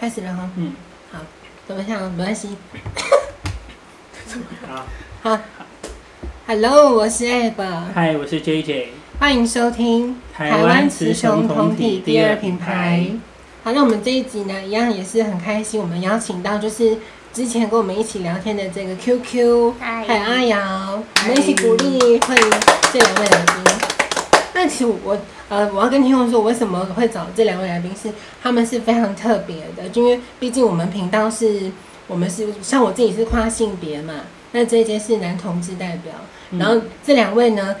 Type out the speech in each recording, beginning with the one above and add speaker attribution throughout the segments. Speaker 1: 开始了哈，
Speaker 2: 嗯，
Speaker 1: 好，怎么样？没关系。
Speaker 2: 好，
Speaker 1: 好，Hello，我是 Ab，
Speaker 2: 嗨，我是 JJ，
Speaker 1: 欢迎收听
Speaker 2: 台湾雌雄同体第二品牌。
Speaker 1: 好，那我们这一集呢，一样也是很开心，我们邀请到就是之前跟我们一起聊天的这个 QQ，
Speaker 3: 嗨
Speaker 1: 还有阿瑶，我
Speaker 3: 嗨
Speaker 1: 们一起鼓励欢迎这两位来宾。 那其实我呃，我要跟听众说，我为什么会找这两位来宾是他们是非常特别的，就因为毕竟我们频道是我们是像我自己是跨性别嘛，那这一届是男同志代表，
Speaker 2: 嗯
Speaker 1: 然后这两位呢，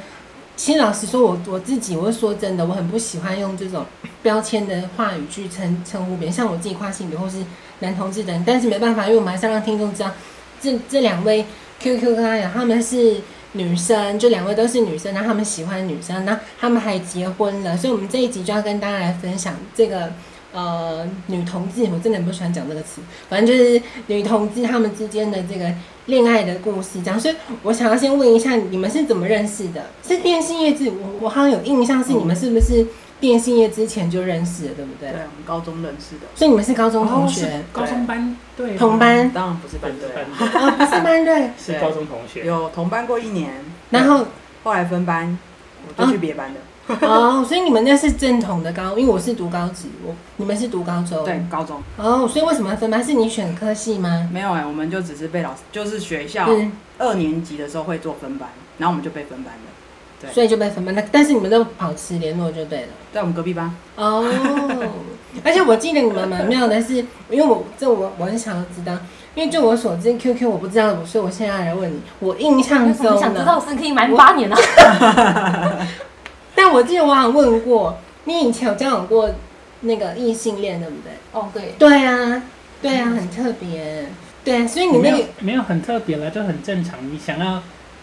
Speaker 1: 其实老实说我，我自己，我说真的，我很不喜欢用这种标签的话语去称称呼别人，像我自己跨性别或是男同志等，但是没办法，因为我们还是要让听众知道，这这两位 QQ 跟阿雅他们是女生，就两位都是女生，然后他们喜欢女生，那他们还结婚了，所以我们这一集就要跟大家来分享这个呃女同志，我真的很不喜欢讲这个词，反正就是女同志她们之间的这个恋爱的故事，这样。所以我想要先问一下，你们是怎么认识的？是电信业之，我我好像有印象是你们是不是电信业之前就认识了，对不对？
Speaker 4: 对，我们高中认识的，
Speaker 1: 所以你们是高中同
Speaker 2: 哦，
Speaker 1: 学，
Speaker 2: 是高中班对，
Speaker 1: 同班
Speaker 4: 当然不是
Speaker 2: 对
Speaker 4: 班
Speaker 2: 是
Speaker 4: 队
Speaker 2: 班
Speaker 4: 啊，
Speaker 2: 对，
Speaker 1: 啊、不是班 对。
Speaker 2: 是高中同学。
Speaker 4: 有同班过一年，
Speaker 1: 然后
Speaker 4: 后来分班，我就去别班了。
Speaker 1: 哦，所以你们那是正统的高，因为我是读高职，我你们是读高中。
Speaker 4: 对，。高中
Speaker 1: 哦，所以为什么分班？是你选科系吗？
Speaker 4: 没有哎、我们就只是被老师，就是学
Speaker 3: 啊
Speaker 4: 校
Speaker 1: 嗯，
Speaker 4: 二年级的时候会做分班，然后我们就被分班了，对
Speaker 1: 所以就被分班。那但是你们都保持联络就对了。
Speaker 4: 在我们隔壁班。
Speaker 1: 哦，而且我记得你们蛮妙的是，因为我这我我很想要知道，因为就我所知，QQ 我不知道，所以我现在来问你，我印象
Speaker 3: 为什么
Speaker 1: 中
Speaker 3: 想知
Speaker 1: 呢，
Speaker 3: 道我是可以满八年了？
Speaker 1: 但我记得我好像问过，你以前有交往过那个异性恋，对不对？
Speaker 3: 哦，对，
Speaker 1: 对啊，对啊，很特别，对，啊所以你
Speaker 2: 没
Speaker 1: 那
Speaker 2: 有
Speaker 1: 个
Speaker 2: 没有很特别啦，就很正常。你想要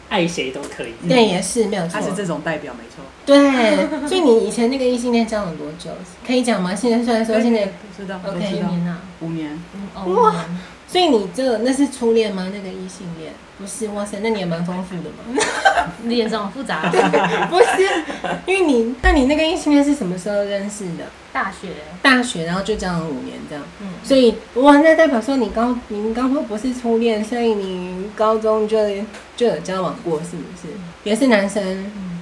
Speaker 2: 爱谁都可以。
Speaker 1: 对也是没有错
Speaker 4: 嗯他，是这种代表，没错。
Speaker 1: 对，所以你以前那个异性恋交往多久？可以讲吗？现在虽然说现在
Speaker 4: 哎不知道，不
Speaker 1: OK 一
Speaker 4: 知道，
Speaker 1: 年了。
Speaker 4: 五年
Speaker 3: 哦，
Speaker 1: 所以你这个那是初恋吗？那个异性恋不是？哇塞，那你也蛮丰富的 嘛。
Speaker 3: 脸上复杂。
Speaker 1: 不是，因为你，那你那个异性恋是什么时候认识的？
Speaker 3: 大学，
Speaker 1: 大学，然后就交往五年这样。
Speaker 3: 嗯，
Speaker 1: 所以哇，那代表说你高，你刚说不是初恋，所以你高中就就有交往过，是不是？也是男生。
Speaker 3: 嗯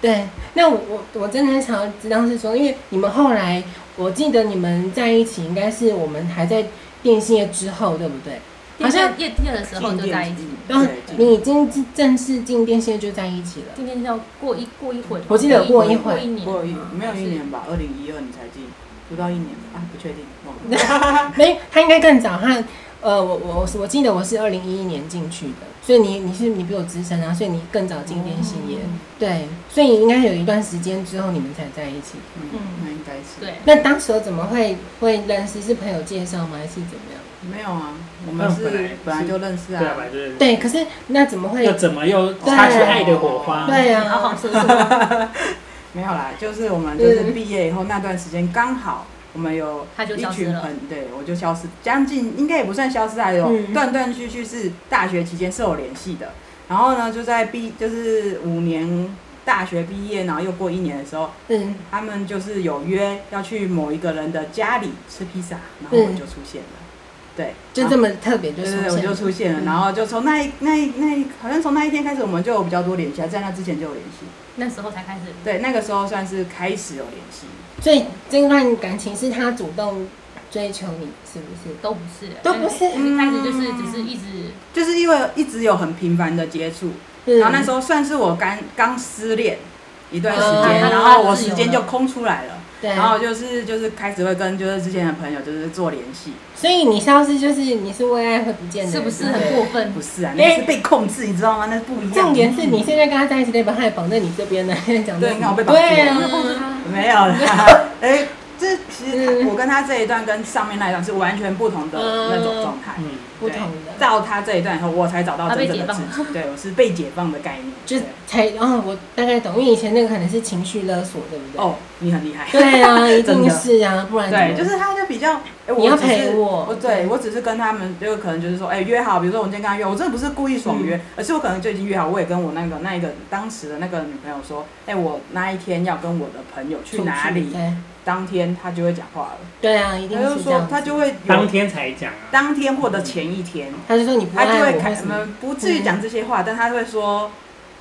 Speaker 1: 对，那我我我真的很想要知道是说，因为你们后来，我记得你们在一起应该是我们还在电信业之后，对不对？好
Speaker 3: 好
Speaker 1: 像
Speaker 3: 像夜店的时候就在一起，
Speaker 1: 然后
Speaker 4: 对
Speaker 1: 你已经正正式进电信业就在一起了。
Speaker 3: 今天叫过一过一会，
Speaker 1: 我记得有过一会
Speaker 3: 过一年，
Speaker 4: 过一没有一年吧，二零一二你才进，不到一年吧啊，不确定，忘了。
Speaker 1: 没，他应该更早。他呃，我我我记得我是二零一一年进去的，所以你你是你比我资深啊，所以你更早进电信业。对，所以应该有一段时间之后你们才在一起。
Speaker 4: 嗯
Speaker 3: 嗯，
Speaker 4: 那应该是。
Speaker 3: 对，
Speaker 1: 那当时候怎么会会认识？是朋友介绍吗？还是怎么样？
Speaker 4: 没有啊，我们是
Speaker 2: 那本来是
Speaker 4: 本来就认识
Speaker 2: 对
Speaker 4: 啊
Speaker 2: 啊，，就是
Speaker 1: 对，可是那怎么会
Speaker 2: 又？怎么又擦出爱的火花？
Speaker 1: 对
Speaker 3: 然后好
Speaker 1: 啊，
Speaker 3: 说说，
Speaker 4: 没有啦，就是我们就是
Speaker 1: 嗯
Speaker 4: 毕业以后那段时间刚好我们有
Speaker 3: 他就
Speaker 4: 一
Speaker 3: 消失
Speaker 4: 群
Speaker 3: 了
Speaker 4: 朋，对我就消失，将近应该也不算消失，还有
Speaker 1: 嗯
Speaker 4: 断断续续是大学期间是有联系的。然后呢，就在毕就是五年大学毕业，然后又过一年的时候，
Speaker 1: 嗯，
Speaker 4: 他们就是有约要去某一个人的家里吃披萨，然后我
Speaker 1: 嗯
Speaker 4: 就出现了。对，
Speaker 1: 就这么特别，就
Speaker 4: 对
Speaker 1: 出
Speaker 4: 对
Speaker 1: 现
Speaker 4: 对，我就
Speaker 1: 了。
Speaker 4: 出现了，
Speaker 1: 嗯
Speaker 4: 然后就从那一那一那一，好像从那一天开始，我们就有比较多联系，在那之前就有联系。
Speaker 3: 那时候才开始，
Speaker 4: 对，那个时候算是开始有联系，
Speaker 1: 所以这段感情是他主动追求你，是不是？
Speaker 3: 都不是，
Speaker 1: 都不是
Speaker 3: 一开始就是只是一直
Speaker 4: 就是因为一直有很频繁的接触，
Speaker 1: 嗯
Speaker 4: 然后那时候算是我刚刚失恋一段时间，
Speaker 1: 哦
Speaker 4: 然后我时间就空出来了，
Speaker 1: 嗯对，
Speaker 4: 然后就是就是开始会跟就是之前的朋友就是做联系，
Speaker 1: 所以你消失就是你是为爱会不见的人，
Speaker 3: 是不是
Speaker 1: 对对
Speaker 3: 很过分
Speaker 4: 不？是啊，
Speaker 1: 哎
Speaker 4: 那是被控制，你知道吗？那不一样。
Speaker 1: 重点是你现在跟他在一起，对吧？他也绑在你这边呢， 现在讲的
Speaker 4: 对你看我被绑住了
Speaker 1: 对
Speaker 3: 没有控制
Speaker 1: 啊，
Speaker 3: 他，
Speaker 4: 没 有啦，哎，这其实
Speaker 1: 嗯
Speaker 4: 我跟他这一段跟上面那一段是完全不同的那种状态。
Speaker 2: 嗯，
Speaker 1: 不
Speaker 4: 对
Speaker 1: 同的，
Speaker 4: 到他这一段以后，我才找到真正的
Speaker 3: 他被解
Speaker 4: 自己。对，我是被解放的概念。
Speaker 1: 就
Speaker 4: 对
Speaker 1: 才哦，我大概懂，因为以前那个可能是情绪勒索，对不对？，
Speaker 4: 哦，你很厉害。
Speaker 1: 对啊，一
Speaker 4: 真
Speaker 1: 定
Speaker 4: 的
Speaker 1: 是啊，不然怎么
Speaker 4: 对，就是他就比较哎
Speaker 1: 你要
Speaker 4: 只
Speaker 1: 陪
Speaker 4: 是
Speaker 1: 我
Speaker 4: 我对我只是跟他们，就可能就是说，哎、约好，比如说我今天跟他约，我真的不是故意爽
Speaker 1: 嗯
Speaker 4: 约，而是我可能就已经约好，我也跟我那个那一个当时的那个女朋友说，哎、我那一天要跟我的朋友去哪里，
Speaker 1: 对
Speaker 4: 当天他就会讲话了，
Speaker 1: 对啊，一定
Speaker 4: 他就是
Speaker 1: 这样子。
Speaker 4: 说他就会
Speaker 2: 当
Speaker 4: 有
Speaker 2: 天才讲啊，
Speaker 4: 当天或者前一天，
Speaker 1: 他就说你不
Speaker 4: 他就
Speaker 1: 爱
Speaker 4: 会
Speaker 1: 我嗯或
Speaker 4: 开，
Speaker 1: 什么，
Speaker 4: 嗯，不至于讲这些话，但他会说，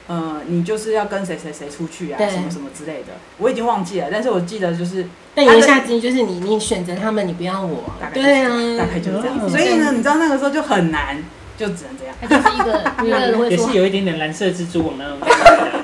Speaker 4: 呃，你就是要跟谁谁谁出去啊，
Speaker 1: 对
Speaker 4: 什么什么之类的，我已经忘记了，但是我记得就是
Speaker 1: 但言下之意就是你你选择他们，你不要我啊
Speaker 4: 大。概就是
Speaker 1: 对
Speaker 4: 大
Speaker 1: 啊，
Speaker 4: 概就是这样，
Speaker 2: 嗯
Speaker 4: 所以呢，你知道那个时候就很难，就只能这样。
Speaker 3: 它就是一个娱乐会
Speaker 2: 也
Speaker 3: 说
Speaker 2: 是有一点点蓝色蜘蛛网那种感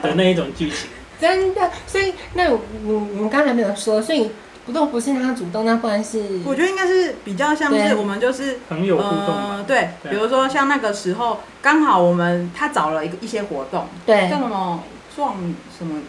Speaker 2: 觉的那一种剧情。
Speaker 1: 真的。所以那我我我们刚才没有说，所以如果不是他主动，那不然是
Speaker 4: 我觉得应该是比较像
Speaker 1: 对
Speaker 4: 是我们就是
Speaker 2: 朋友互动吧
Speaker 4: 呃，对，
Speaker 2: 对啊
Speaker 4: 比如说像那个时候刚好我们他找了一个一些活动，
Speaker 1: 对
Speaker 4: 叫什么壮什么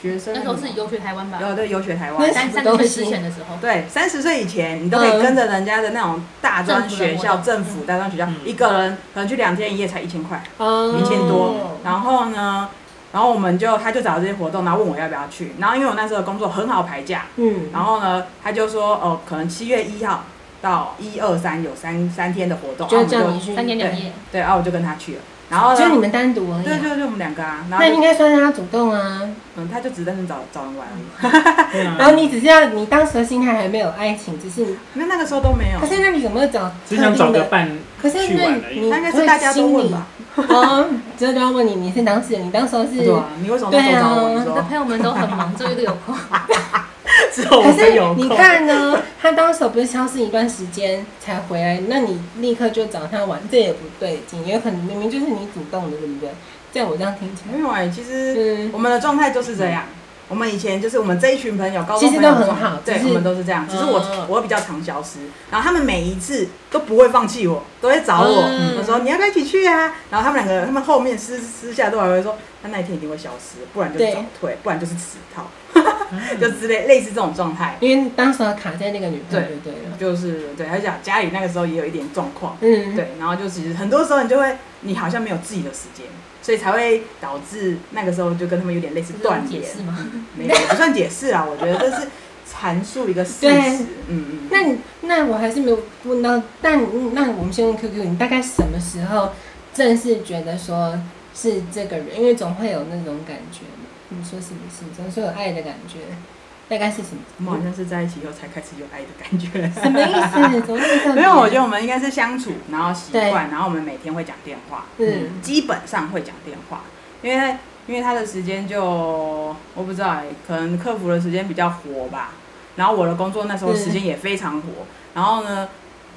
Speaker 4: 学生，
Speaker 3: 那时候是游学台湾吧，
Speaker 4: 有对游学台
Speaker 1: 那
Speaker 4: 湾
Speaker 1: 是。
Speaker 3: 三三十岁之前的时候，
Speaker 4: 对，三十岁以前，你都可以跟着人家的那种大专学校、
Speaker 3: 政
Speaker 4: 政
Speaker 3: 府的
Speaker 4: 府大
Speaker 3: 活动
Speaker 4: 专学校
Speaker 2: 嗯，
Speaker 4: 一个人可能去两天一夜才一千块，
Speaker 1: 哦
Speaker 4: 一千
Speaker 2: 嗯
Speaker 4: 多。然后呢，然后我们就他就找这些活动，然后问我要不要去。然后因为我那时候的工作很好排假，
Speaker 1: 嗯，
Speaker 4: 然后呢，他就说，哦，可能七月一号到一二三有三三天的活动，
Speaker 1: 就
Speaker 4: 啊
Speaker 1: 是
Speaker 4: 我
Speaker 1: 叫你
Speaker 4: 们就
Speaker 1: 去，
Speaker 3: 三天两夜，
Speaker 4: 对，啊，我就跟他去了。然后
Speaker 1: 就你
Speaker 4: 呢，
Speaker 1: 们单独而已
Speaker 4: 对
Speaker 1: 啊。
Speaker 4: 对对，我们两个啊，然后
Speaker 1: 那应
Speaker 4: 就
Speaker 1: 该算是他主动啊。
Speaker 4: 嗯，他就只单纯找找人玩而已，
Speaker 2: 对啊
Speaker 1: 然后你只是要你当时的心态还没有爱情，只是
Speaker 4: 那那个时候都没有
Speaker 1: 可，是那你有没有找
Speaker 2: 只想
Speaker 1: 特
Speaker 2: 找
Speaker 1: 定
Speaker 2: 个
Speaker 1: 的？
Speaker 2: 伴，
Speaker 1: 可是
Speaker 2: 去
Speaker 1: 那
Speaker 2: 玩而已
Speaker 1: 你
Speaker 4: 他应该是大家都问吧？
Speaker 1: 哦，这就要问你，你是当事人，你当时候是
Speaker 4: 对啊，你为什么那时候找我？你
Speaker 3: 那
Speaker 4: 说
Speaker 3: 朋友们都很忙，终于都有空。
Speaker 4: 只有
Speaker 1: 可
Speaker 4: 我们
Speaker 1: 是
Speaker 4: 有
Speaker 1: 你
Speaker 4: 空
Speaker 1: 看呢，他当时不是消失一段时间才回来，那你立刻就找他玩，这也不对劲，也有可能明明就是你主动的，对不对？在我这样听起来，
Speaker 4: 没有哎，其实
Speaker 1: 嗯，
Speaker 4: 我们的状态就是这样。我们以前就是我们这一群朋友，高
Speaker 1: 其
Speaker 4: 中
Speaker 1: 实
Speaker 4: 朋
Speaker 1: 都
Speaker 4: 友
Speaker 1: 很
Speaker 4: 中
Speaker 1: 好
Speaker 4: 对，
Speaker 1: 只是
Speaker 4: 我们都是这样。只是我
Speaker 1: 嗯
Speaker 4: 我比较常消失，然后他们每一次都不会放弃我，都会找我。
Speaker 1: 嗯
Speaker 4: 我说你要不要一起去啊？然后他们两个，他们后面私私下都还会说，他那一天一定会消失，啊不然就是
Speaker 1: 对
Speaker 4: 早退，不然就是迟到，就之类类似这种状态。
Speaker 1: 因为当时卡在那个女朋友就对了，
Speaker 4: 就是对，而且家里那个时候也有一点状况，
Speaker 1: 嗯，，
Speaker 4: 对，然后就其实很多时候你就会，你好像没有自己的时间，所以才会导致那个时候就跟他们有点类似
Speaker 3: 这是
Speaker 4: 断
Speaker 3: 种
Speaker 4: 联
Speaker 3: 解。释吗？
Speaker 4: 没有，不算解释啊，我觉得这是阐述一个事
Speaker 1: 对
Speaker 4: 实。嗯嗯。
Speaker 1: 那你那我还是没有问到，但那我们先问 QQ，你大概什么时候正式觉得说是这个人？因为总会有那种感觉嘛，你说是不是？总是有爱的感觉，大概是什么？
Speaker 4: 我们好像是在一起以后才开始有爱的感觉。
Speaker 1: 什么意思？怎么那么特别
Speaker 4: 没有，我觉得我们应该是相处，然后习
Speaker 1: 对
Speaker 4: 惯，然后我们每天会讲电话，
Speaker 1: 嗯
Speaker 4: 基本上会讲电话，因为因为他的时间就我不知道、欸，可能客服的时间比较活吧，然后我的工作那时候时间也非常活，然后呢，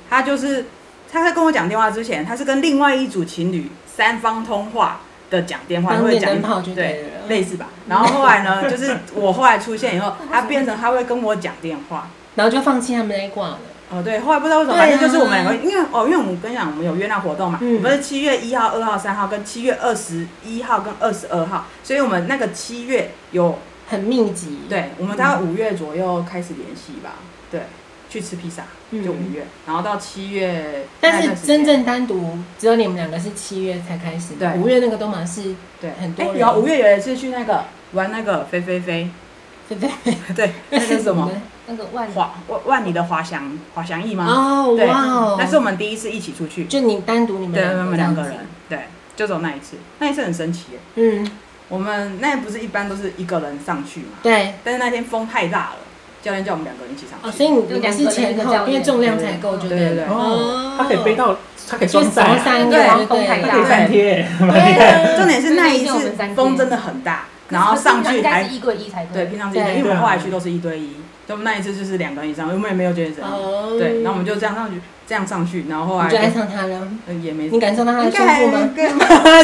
Speaker 4: 他就是他在跟我讲电话之前，他是跟另外一组情侣三方通话的讲电话，
Speaker 1: 当
Speaker 4: 会
Speaker 1: 面
Speaker 4: 讲
Speaker 1: 灯泡就对
Speaker 4: 对
Speaker 1: 了
Speaker 4: 类似吧，然后后来呢，就是我后来出 现以后，他变成他会跟我讲电话，
Speaker 1: 然后就放弃他们那一挂了。
Speaker 4: 哦，对，后来不知道为什么，
Speaker 1: 对啊
Speaker 4: 反正就是我们两个，因为哦，因为我们跟你讲，我们有约那活动嘛，
Speaker 1: 嗯
Speaker 4: 我们是七月一号、二号、三号跟七月二十一号跟二十二号，所以我们那个七月有，
Speaker 1: 很密集，，
Speaker 4: 对，我们大
Speaker 1: 嗯
Speaker 4: 概五月左右开始联系吧，对，去吃披萨
Speaker 1: 嗯
Speaker 4: 就五月，然后到七月那
Speaker 1: 但
Speaker 4: 段时间，
Speaker 1: 是真正单独只有你们两个是七月才开始的，
Speaker 4: 对
Speaker 1: 五月那个都马是
Speaker 4: 对
Speaker 1: 很多
Speaker 4: 哎
Speaker 1: 人
Speaker 4: 有啊五月有一次去那个玩那个飞飞飞，
Speaker 1: 对不对？
Speaker 4: 对，那个是 什么？
Speaker 3: 那个万
Speaker 4: 滑万万里的滑翔滑翔翼吗？
Speaker 1: 哦，
Speaker 4: 对
Speaker 1: 哇哦，
Speaker 4: 那是我们第一次一起出去，
Speaker 1: 就你单独你们
Speaker 4: 对，我们两个
Speaker 1: 这
Speaker 4: 人
Speaker 1: 样子，
Speaker 4: 对，就走那一次，那一次很神奇耶。
Speaker 1: 嗯，
Speaker 4: 我们那不是一般都是一个人上去嘛？
Speaker 1: 对，
Speaker 4: 但是那天风太大了，教练叫我们两个人一起上去。
Speaker 1: 哦，所以你你是前后，因为重量才够，就对
Speaker 4: 对
Speaker 1: 了。
Speaker 4: 对对
Speaker 2: 哦，它可以背到，它可以
Speaker 1: 就
Speaker 2: 装
Speaker 1: 是
Speaker 2: 载，
Speaker 1: 三个，
Speaker 4: 对
Speaker 1: 对对
Speaker 2: 它可以
Speaker 1: 对，
Speaker 2: 三贴，
Speaker 4: 重点是那一
Speaker 3: 所以那一天我们
Speaker 4: 次
Speaker 3: 三天
Speaker 4: 风真的很大， 然后上去
Speaker 3: 应该是
Speaker 4: 还
Speaker 3: 一对一才
Speaker 4: 对，
Speaker 3: 对。
Speaker 4: 平常是一对一，
Speaker 1: 对啊
Speaker 4: 因为我们后来去都是一对一，所以我们那一次就是两个人以上，我们也没有觉得怎样。
Speaker 1: 哦
Speaker 4: 对，然后我们就这样上去，这样上去，然后后来
Speaker 1: 你就爱上他了，
Speaker 4: 呃也没
Speaker 1: 你感受到他的
Speaker 4: 应
Speaker 1: 胸部吗？
Speaker 4: 该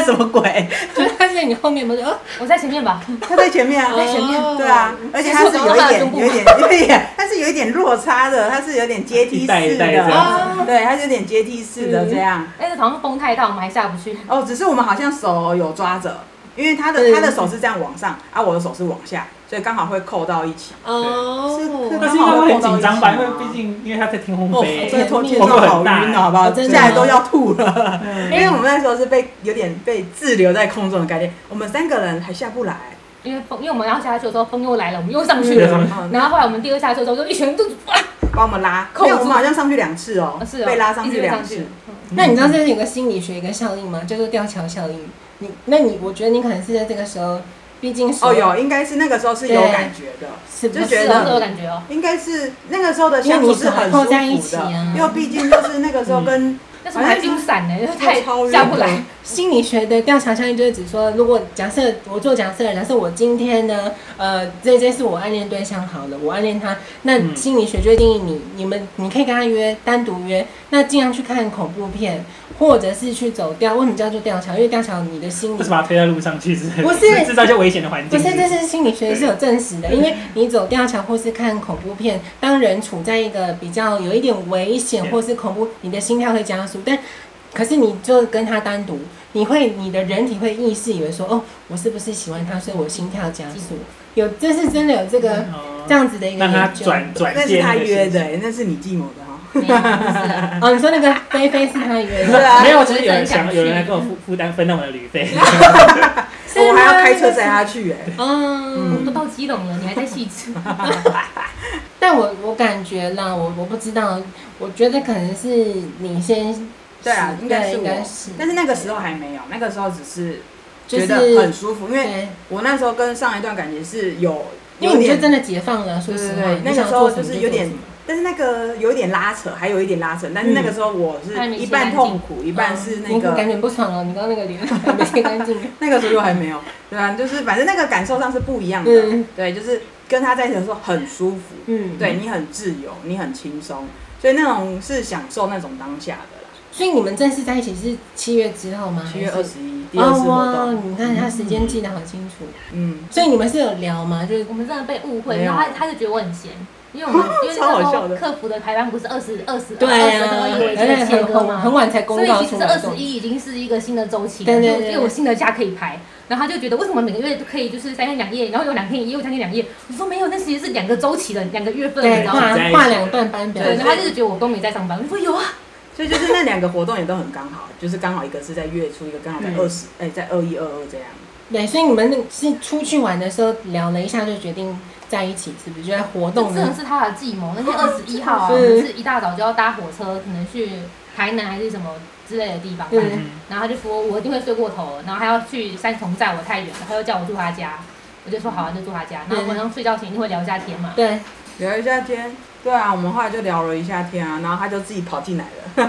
Speaker 4: 还什么鬼？
Speaker 1: 就是他在你后面吗？就哦，
Speaker 3: 我在前面吧，
Speaker 4: 他在前面啊，
Speaker 1: 在前面
Speaker 4: 对啊，而且他是有一点有一点 有一点，它是有一点落差的，它是有点阶梯
Speaker 2: 一
Speaker 4: 式
Speaker 2: 代一代这
Speaker 4: 的，
Speaker 2: 样子。
Speaker 1: 哦
Speaker 4: 对，它是有点阶梯式的这样。
Speaker 3: 但是好像哎风太大，我们还下不去。
Speaker 4: 哦，只是我们好像手有抓着，因为他的
Speaker 1: 嗯
Speaker 4: 他的手是这样往上，啊，我的手是往下，所以刚好会扣到一起。
Speaker 2: 但
Speaker 1: 哦，
Speaker 2: 是应该会很紧张吧？因为毕竟因为它在天空
Speaker 4: 哦，
Speaker 2: 飞，
Speaker 4: 这拖欠
Speaker 2: 头
Speaker 4: 都
Speaker 2: 都
Speaker 4: 好
Speaker 2: 很
Speaker 4: 晕
Speaker 2: 大
Speaker 4: 哦，好不好？
Speaker 1: 哦真的
Speaker 4: 下来都要吐了。因
Speaker 2: 嗯
Speaker 4: 为我们那时候是被有点被滞留在空中的概念，我们三个人还下不来。
Speaker 3: 因为风，因为我们要下去的时候，风又来了，我们又上去了。
Speaker 2: 嗯
Speaker 4: 嗯
Speaker 3: 然后后来我们第二下去的时候，就一群人就哇，
Speaker 4: 把我们拉，
Speaker 3: 扣
Speaker 4: 没有，我
Speaker 3: 住
Speaker 4: 们好像上去两次哦
Speaker 3: 啊，是哦，
Speaker 4: 被拉上
Speaker 3: 一直
Speaker 4: 去
Speaker 3: 被
Speaker 4: 两
Speaker 3: 上
Speaker 4: 次
Speaker 3: 去。，
Speaker 1: 那你知道这是有个心理学一个效应吗？叫做吊桥效应。你，那你，我觉得你可能是在这个时候，毕竟是
Speaker 4: 哦，有，应该是那个时候是有感觉的，
Speaker 1: 是不
Speaker 4: 就觉
Speaker 1: 是
Speaker 4: 得
Speaker 3: 是哦，这有感觉哦。
Speaker 4: 应该是那个时候的
Speaker 1: 因
Speaker 4: 相
Speaker 1: 为
Speaker 4: 处
Speaker 1: 你
Speaker 4: 是
Speaker 1: 可能
Speaker 4: 很舒
Speaker 1: 扣
Speaker 4: 服
Speaker 1: 在一起
Speaker 4: 的，
Speaker 1: 啊
Speaker 4: 因。为毕竟就是那个时候跟
Speaker 3: 但是我还冰伞呢，太
Speaker 4: 超
Speaker 3: 下不来。
Speaker 1: 心理学的调查效应就是指说，如果假设我做假设，假设我今天呢，呃，这件是我暗恋对象好了，我暗恋他，那
Speaker 2: 嗯
Speaker 1: 心理学就会定义你，你们你可以跟他约单独约，那尽量去看恐怖片，或者是去走吊。为什么叫做吊桥？因为吊桥你的心理
Speaker 2: 为什么要推在路上去？是
Speaker 1: 不是
Speaker 2: 制造一些危险的环
Speaker 1: 不
Speaker 2: 境？
Speaker 1: 是，这是心理学是有证实的，因为你走吊桥或是看恐怖片，当人处在一个比较有一点危险
Speaker 2: 对
Speaker 1: 或是恐怖，你的心跳会加速，但可是你就跟他单独，你会你的人体会意识以为说，哦，我是不是喜欢他，所以我心跳加速。有，这是真的有这个
Speaker 2: 哦
Speaker 1: 这样子的一个
Speaker 2: 让他
Speaker 1: 研究。
Speaker 2: 转转
Speaker 4: 那
Speaker 2: 介
Speaker 4: 是嗯他
Speaker 2: 那个
Speaker 4: 约
Speaker 2: 信息
Speaker 4: 的、欸那是你计谋的哈、
Speaker 3: 没有不是啊
Speaker 1: 哦，你说那个菲菲是他约
Speaker 4: 对
Speaker 1: 的，
Speaker 4: 啊
Speaker 2: 没有，只是有人
Speaker 3: 我
Speaker 2: 想
Speaker 3: 真的想去
Speaker 2: 有人来跟我负负担分担我的旅费，
Speaker 1: 是
Speaker 4: 我还要
Speaker 1: 吗
Speaker 4: 开车载。他去哎、
Speaker 1: 嗯，
Speaker 3: 都到基隆了，你还在戏 子？
Speaker 1: 但我我感觉啦，我我不知道，我觉得可能是你先，
Speaker 4: 对啊应该
Speaker 1: 对
Speaker 4: 是
Speaker 1: 应该
Speaker 4: 我
Speaker 1: 是，
Speaker 4: 但是那个时候还没有，那个时候只是
Speaker 1: 就
Speaker 4: 觉
Speaker 1: 是
Speaker 4: 得很舒服，因为
Speaker 1: 对，
Speaker 4: 我那时候跟上一段感情是有，
Speaker 1: 因为你就
Speaker 4: 有点
Speaker 1: 真的解放了，说实话
Speaker 4: 对对对，
Speaker 1: 你
Speaker 4: 那个
Speaker 1: 想
Speaker 4: 时候
Speaker 1: 做什么
Speaker 4: 就是
Speaker 1: 做
Speaker 4: 有点
Speaker 1: 什么嗯
Speaker 4: 但是那个有一点拉扯，还有一点拉扯，但是那个时候我是
Speaker 3: 还没
Speaker 4: 一半
Speaker 3: 切干净
Speaker 4: 痛苦，一半是那
Speaker 1: 你哦感
Speaker 4: 个，
Speaker 1: 觉不爽了，你刚刚那个 脸还没贴干净，
Speaker 4: 那个时候又还没有，对啊，就是反正那个感受上是不一样的，
Speaker 1: 嗯
Speaker 4: 对，就是跟他在一起的时候很舒服，
Speaker 1: 嗯，
Speaker 4: 对。你很自由，你很轻松，所以那种是享受那种当下的啦。
Speaker 1: 所以你们正式在一起是七月之后吗？
Speaker 4: 七月
Speaker 1: 还
Speaker 4: 二
Speaker 1: 是
Speaker 4: 十一第二次活
Speaker 1: 哦哇，
Speaker 4: 动，
Speaker 1: 你看他时间记得好清楚，
Speaker 4: 嗯，
Speaker 1: 所以你们是有聊吗？就是
Speaker 3: 我们真的被误会，
Speaker 4: 没有
Speaker 3: 然后他他就觉得我很闲，因为我 们因为
Speaker 4: 超好
Speaker 3: 那时
Speaker 4: 笑
Speaker 3: 候
Speaker 4: 的
Speaker 3: 客服的排班不是二十二十
Speaker 1: 对
Speaker 3: 二十
Speaker 1: 啊，
Speaker 3: 而已，我
Speaker 1: 而
Speaker 3: 已
Speaker 1: 且
Speaker 3: 经切
Speaker 1: 很
Speaker 3: 割
Speaker 1: 很很
Speaker 3: 嘛。
Speaker 1: 晚才公
Speaker 3: 所以
Speaker 1: 告
Speaker 3: 其
Speaker 1: 出
Speaker 3: 实
Speaker 1: 来，
Speaker 3: 二十一已经是一个新的周期了，
Speaker 1: 对对
Speaker 3: 就
Speaker 1: 对
Speaker 3: 因为我新的假可以排，然后他就觉得为什么每个月都可以就是三天两夜，然后有两天一夜，有三天两夜，我说没有，那其实是两个周期了，两个月份了，你
Speaker 1: 对
Speaker 3: 知道
Speaker 1: 跨
Speaker 3: 吗？
Speaker 2: 然后
Speaker 1: 跨两段班表，
Speaker 3: 对，
Speaker 4: 对
Speaker 3: 然后他就是觉得我都没在上班，我说有啊，
Speaker 4: 所以就是那两个活动也都很刚好，就是刚好一个是在月初，一个刚好在
Speaker 2: 嗯
Speaker 4: 二十、哎，在二一二二这样。
Speaker 1: 对，所以你们那是出去玩的时候聊了一下就决定在一起，是不是？就在活
Speaker 3: 这
Speaker 1: 动
Speaker 3: 真的
Speaker 1: 呢？
Speaker 3: 是他的计谋。那天二十一号啊，
Speaker 1: 是
Speaker 3: 我们是一大早就要搭火车，可能去台南还是什么之类的地方吧。
Speaker 1: 嗯
Speaker 2: 嗯
Speaker 3: 然后他就说我一定会睡过头，然后他要去三重载我太远了，他又叫我住他家，我就说好啊，就住他家。然后晚上睡觉前一定会聊一下天嘛。
Speaker 1: 对，
Speaker 4: 聊一下天，对啊，我们后来就聊了一下天啊，然后他就自己跑进来了，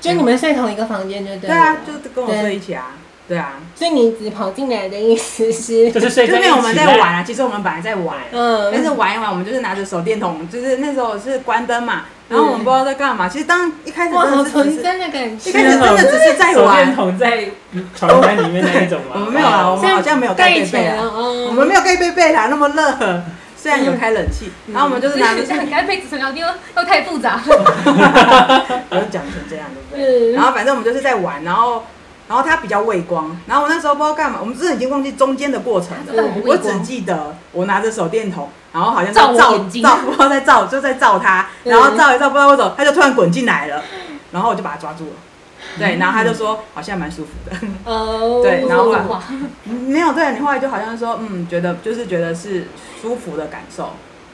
Speaker 1: 就你们睡同一个房间就对
Speaker 4: 对啊
Speaker 1: 了，。
Speaker 4: 就跟我睡一起啊，对啊，
Speaker 1: 所以你只跑进来的意思 是
Speaker 2: 就，是睡
Speaker 4: 就
Speaker 2: 在一
Speaker 4: 是
Speaker 2: 起啦
Speaker 4: 我们在玩，啊，其实我们本来在玩，
Speaker 1: 嗯，
Speaker 4: 但是玩一玩，我们就是拿着手电筒，就是那时候是关灯嘛，然后我们不知道在干嘛，其实当一开始
Speaker 1: 哇，
Speaker 4: 真
Speaker 1: 好
Speaker 4: 的是
Speaker 1: 纯
Speaker 4: 只是
Speaker 1: 真的感
Speaker 4: 一
Speaker 1: 觉。
Speaker 4: 开始真的只是在
Speaker 2: 手电
Speaker 4: 玩，
Speaker 2: 筒在床单里面那一种吗？
Speaker 4: 我 们没有啊，我们好像没有盖
Speaker 1: 盖
Speaker 4: 被
Speaker 1: 起
Speaker 4: 被
Speaker 1: 来了，
Speaker 4: 啊，
Speaker 1: 哦
Speaker 4: 我们没有盖被被啦，那么热，虽然有开冷气，
Speaker 1: 嗯
Speaker 4: 然后我们 就是拿着
Speaker 3: 这 样该被子成聊天又太复杂，
Speaker 4: 不用讲成这样，对不
Speaker 1: 嗯
Speaker 4: 对？然后反正我们就是在玩，然后然后他比较畏光，然后我那时候不知道干嘛，我们真的已经忘记中间的过程
Speaker 3: 他
Speaker 4: 了。
Speaker 3: 真的很
Speaker 4: 我
Speaker 3: 畏
Speaker 4: 只
Speaker 3: 光。
Speaker 4: 记得我拿着手电筒，然后好像在
Speaker 3: 照我
Speaker 4: 照
Speaker 3: 眼睛
Speaker 4: 照，不知道在照，就在照他，
Speaker 1: 嗯
Speaker 4: 然后照一照，不知道为什么他就突然滚进来了，然后我就把他抓住了。
Speaker 3: 嗯
Speaker 4: 对，然后他就说好像蛮舒服 的，
Speaker 1: 哦，
Speaker 4: 对然后
Speaker 3: 说话
Speaker 4: 没有对，你后来就好像说嗯，觉得就是觉得是舒服的感受，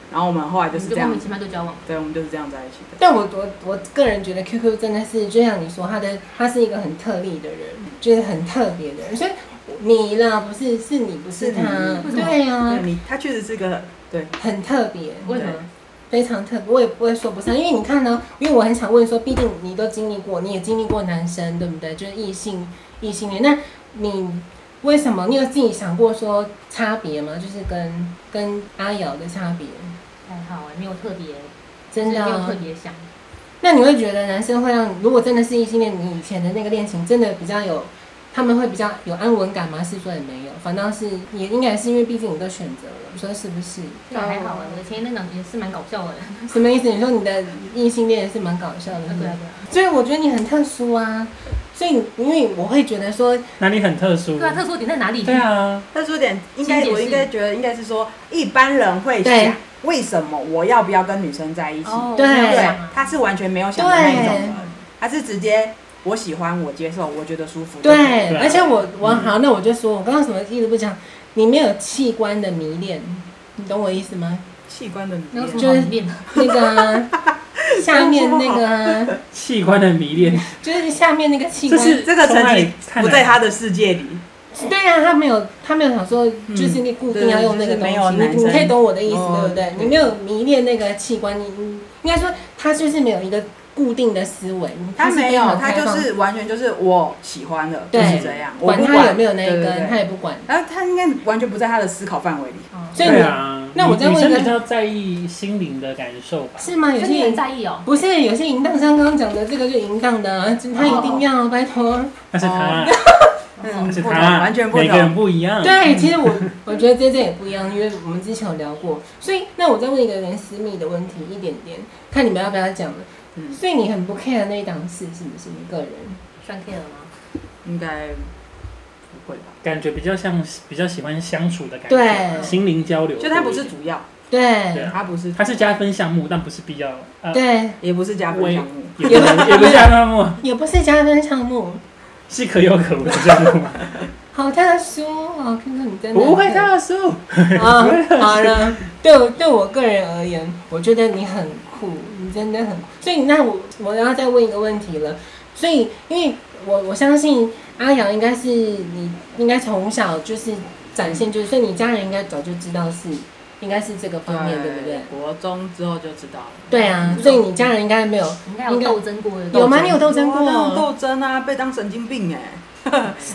Speaker 4: 然后我们后来就是
Speaker 3: 就
Speaker 4: 这
Speaker 3: 莫
Speaker 4: 样
Speaker 3: 名，其妙就交往。
Speaker 4: 对，我们就是这样在一起的。
Speaker 1: 但我我我个人觉得 QQ 真的是，就像你说，他的他是一个很特例的人，就是很特别的人，所以你呢，不是是你，不是
Speaker 4: 是你
Speaker 1: 他，
Speaker 4: 为
Speaker 3: 什么
Speaker 1: 对啊
Speaker 4: 对，你他确实是个对，
Speaker 1: 很特别。
Speaker 3: 为什么？
Speaker 1: 非常特别，我也不会说不上，因为你看呢，因为我很想问说，毕竟你都经历过，你也经历过男生，对不对？就是异性异性恋，那你为什么你有自己想过说差别吗？就是跟跟阿瑶的差别，
Speaker 3: 还好哎，没有特别，
Speaker 1: 真的
Speaker 3: 没有
Speaker 1: 啊、
Speaker 3: 特别想。
Speaker 1: 那你会觉得男生会让，如果真的是异性恋，你以前的那个恋情真的比较有，他们会比较有安稳感吗？是说也没有，反倒是也应该是因为毕竟你都选择了，你说是不是？
Speaker 3: 那还好哎，我的前一任感也是蛮搞笑的。
Speaker 1: 什么意思？你说你的异性恋是蛮搞笑的，是
Speaker 3: 对
Speaker 1: 不是
Speaker 3: 啊对啊。
Speaker 1: 所以我觉得你很特殊啊，所以因为我会觉得说，
Speaker 2: 哪里很特殊？
Speaker 3: 对啊，特殊点在哪里？
Speaker 2: 对啊，
Speaker 4: 特殊点应该
Speaker 3: 请解释
Speaker 4: 我应该觉得应该是说一般人会
Speaker 1: 对
Speaker 4: 想为什么我要不要跟女生在一起？
Speaker 3: 哦，
Speaker 1: 对
Speaker 3: 我没有
Speaker 4: 对
Speaker 3: 想啊，
Speaker 4: 他是完全没有想的那一种人
Speaker 1: 对，
Speaker 4: 他是直接我喜欢我接受我觉得舒服。就可以
Speaker 1: 对，
Speaker 2: 对啊
Speaker 1: 而且我我
Speaker 4: 嗯
Speaker 1: 好，那我就说我刚刚什么一直不讲，你没有器官的迷恋，你懂我意思吗？
Speaker 4: 器官的迷
Speaker 3: 那有什
Speaker 4: 恋，
Speaker 3: 么好念的？
Speaker 1: 那个啊 下面那个啊
Speaker 2: 器官的迷恋，
Speaker 1: 就是下面那个器
Speaker 4: 这
Speaker 1: 官，
Speaker 4: 是这个成绩不在他的世界里，
Speaker 1: 对啊，他没有，他没有想说，就是你固定要用那个东西，
Speaker 4: 嗯对就是没有男
Speaker 1: 你
Speaker 4: 生
Speaker 1: 你可以懂我的意思，
Speaker 4: 哦
Speaker 1: 对不对？
Speaker 4: 对
Speaker 1: 你没有迷恋那个器官，你你应该说他就是没有一个固定的思维，
Speaker 4: 他
Speaker 1: 是非
Speaker 4: 没有，
Speaker 1: 常
Speaker 4: 他
Speaker 1: 开
Speaker 4: 就
Speaker 1: 放
Speaker 4: 是完全就是我喜欢的，就
Speaker 1: 对
Speaker 4: 是这样，我
Speaker 1: 管
Speaker 4: 不
Speaker 1: 他有没有那一
Speaker 4: 对对
Speaker 1: 根，
Speaker 4: 对
Speaker 1: 他也不管。
Speaker 4: 然后他应该完全不在他的思考范围里。
Speaker 3: 嗯
Speaker 1: 所以你
Speaker 2: 对啊。
Speaker 1: 那我
Speaker 2: 女
Speaker 1: 再问一
Speaker 2: 女
Speaker 1: 个
Speaker 2: 生比较在意心灵的感受吧。
Speaker 1: 是吗？有
Speaker 3: 所以你
Speaker 1: 些
Speaker 3: 很
Speaker 1: 人
Speaker 3: 在意哦。
Speaker 1: 不是有些淫荡，像刚刚讲的这个就淫荡的啊，他一定要拜托。
Speaker 2: 那是他，
Speaker 4: 嗯
Speaker 2: 那是
Speaker 4: 不
Speaker 2: 他，
Speaker 4: 同，完全不
Speaker 2: 每个人
Speaker 4: 同。
Speaker 2: 不一样。
Speaker 1: 对，其实我 我觉得这这也不一样，因为我们之前有聊过，所以那我再问一个人私密的问题一点点，看你们要不要讲了。
Speaker 4: 嗯，
Speaker 1: 所以你很不 care 那一档事是不是？你个人
Speaker 3: 算 care 吗？
Speaker 4: 应该不会吧？
Speaker 2: 感觉比较像比较喜欢相处的感觉，
Speaker 1: 对
Speaker 2: 心灵交流。
Speaker 4: 就他不是，主要，
Speaker 1: 对
Speaker 2: 对
Speaker 4: 他不是，
Speaker 2: 它是加分项目，但不是必要。呃，
Speaker 1: 对，
Speaker 4: 也不是加分项目。
Speaker 2: 也不是也不是加分项目，
Speaker 1: 也不是加分项目。
Speaker 2: 是可有可无的项目嘛。
Speaker 1: 好大叔哦，看看你在哪里
Speaker 2: 不会大叔，
Speaker 1: 啊，好了，对我对我个人而言，我觉得你很酷，你真的很酷。所以那我我要再问一个问题了，所以因为我我相信阿阳应该是你应该从小就是展现，就是所以你家人应该早就知道是应该是这个方面，对不对？
Speaker 4: 国中之后就知道了。
Speaker 1: 对啊，所以你家人应该没有
Speaker 3: 你应该有斗争过的。
Speaker 1: 有吗？你有斗争过？
Speaker 4: 哇那种斗争啊，被当神经病哎、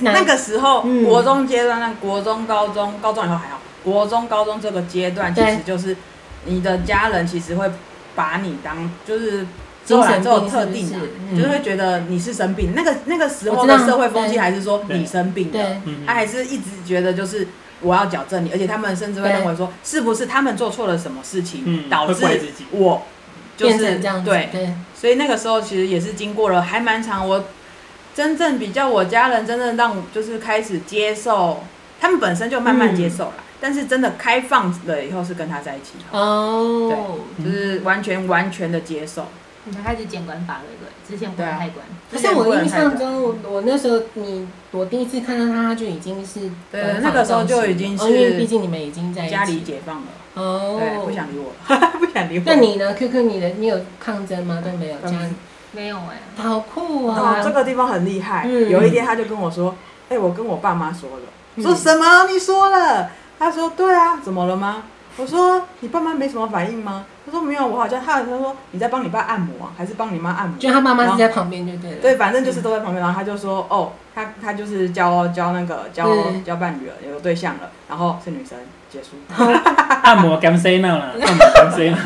Speaker 1: 哪
Speaker 4: 那个时候，
Speaker 1: 嗯
Speaker 4: 国中阶段，那国中、高中、高中以后还好，国中、高中这个阶段，其
Speaker 1: 对
Speaker 4: 实就是你的家人其实会把你当就是。之
Speaker 1: 精
Speaker 4: 后
Speaker 1: 神
Speaker 4: 来之后
Speaker 1: 病是
Speaker 4: 特
Speaker 1: 不
Speaker 4: 定啊
Speaker 1: 是？，
Speaker 2: 嗯
Speaker 4: 就是会觉得你是生病。那个那个时候
Speaker 1: 我
Speaker 4: 的
Speaker 1: 知道
Speaker 4: 社会风气
Speaker 1: 对
Speaker 4: 还是说
Speaker 2: 对
Speaker 4: 你生病的，
Speaker 1: 对，
Speaker 2: 嗯
Speaker 4: 他还是一直觉得就是我要矫正你，而且他们甚至会认为说是不是他们做错了什么事情
Speaker 2: 嗯
Speaker 4: 导
Speaker 2: 会
Speaker 4: 致
Speaker 2: 怪自 己
Speaker 4: 我就
Speaker 1: 变
Speaker 4: 是
Speaker 1: 成这样子，
Speaker 4: 对，
Speaker 1: 对
Speaker 4: 所以那个时候其实也是经过了还蛮长，我真正比较我家人真正让我就是开始接受，他们本身就
Speaker 1: 嗯
Speaker 4: 慢慢接受了，但是真的开放了以后是跟他在一起，
Speaker 1: 哦，
Speaker 2: 对
Speaker 4: 就是完全完全的接受。
Speaker 3: 你们开始监管法了，对不对？之前不能太管。
Speaker 1: 可是我印象中，我我那时候你我第一次看到他，他就已经是
Speaker 4: 对
Speaker 1: 呃
Speaker 4: 那个时候就已经是
Speaker 1: 哦因为毕竟你们已经在一起
Speaker 4: 家里解放了，对，
Speaker 1: 哦，
Speaker 4: 不想理我了， 不想理我。
Speaker 1: 那你呢？QQ 你的你有抗争吗？都没有，
Speaker 4: 嗯
Speaker 1: 这样
Speaker 3: 没有哎，
Speaker 1: 好酷
Speaker 4: 哦
Speaker 1: 啊，
Speaker 4: 这！个地方很厉害。
Speaker 1: 嗯
Speaker 4: 有一天他就跟我说：“哎、我跟我爸妈说了。”
Speaker 1: 嗯
Speaker 4: 说什么？你说了？他说：“对啊，怎么了吗？”我说：“你爸妈没什么反应吗？”他说：“没有，我好像他好像说你在帮你爸按摩啊，还是帮你妈按摩？”
Speaker 1: 就他嗯妈妈是在旁边就对了，
Speaker 4: 哦对，反正就是都在旁边，然后他就说，哦，他他就是交交那个交
Speaker 1: 嗯
Speaker 4: 交伴侣了，有对象了，然后是女生，结 束。
Speaker 2: 按摩 gam say now 啦，按摩 gam say now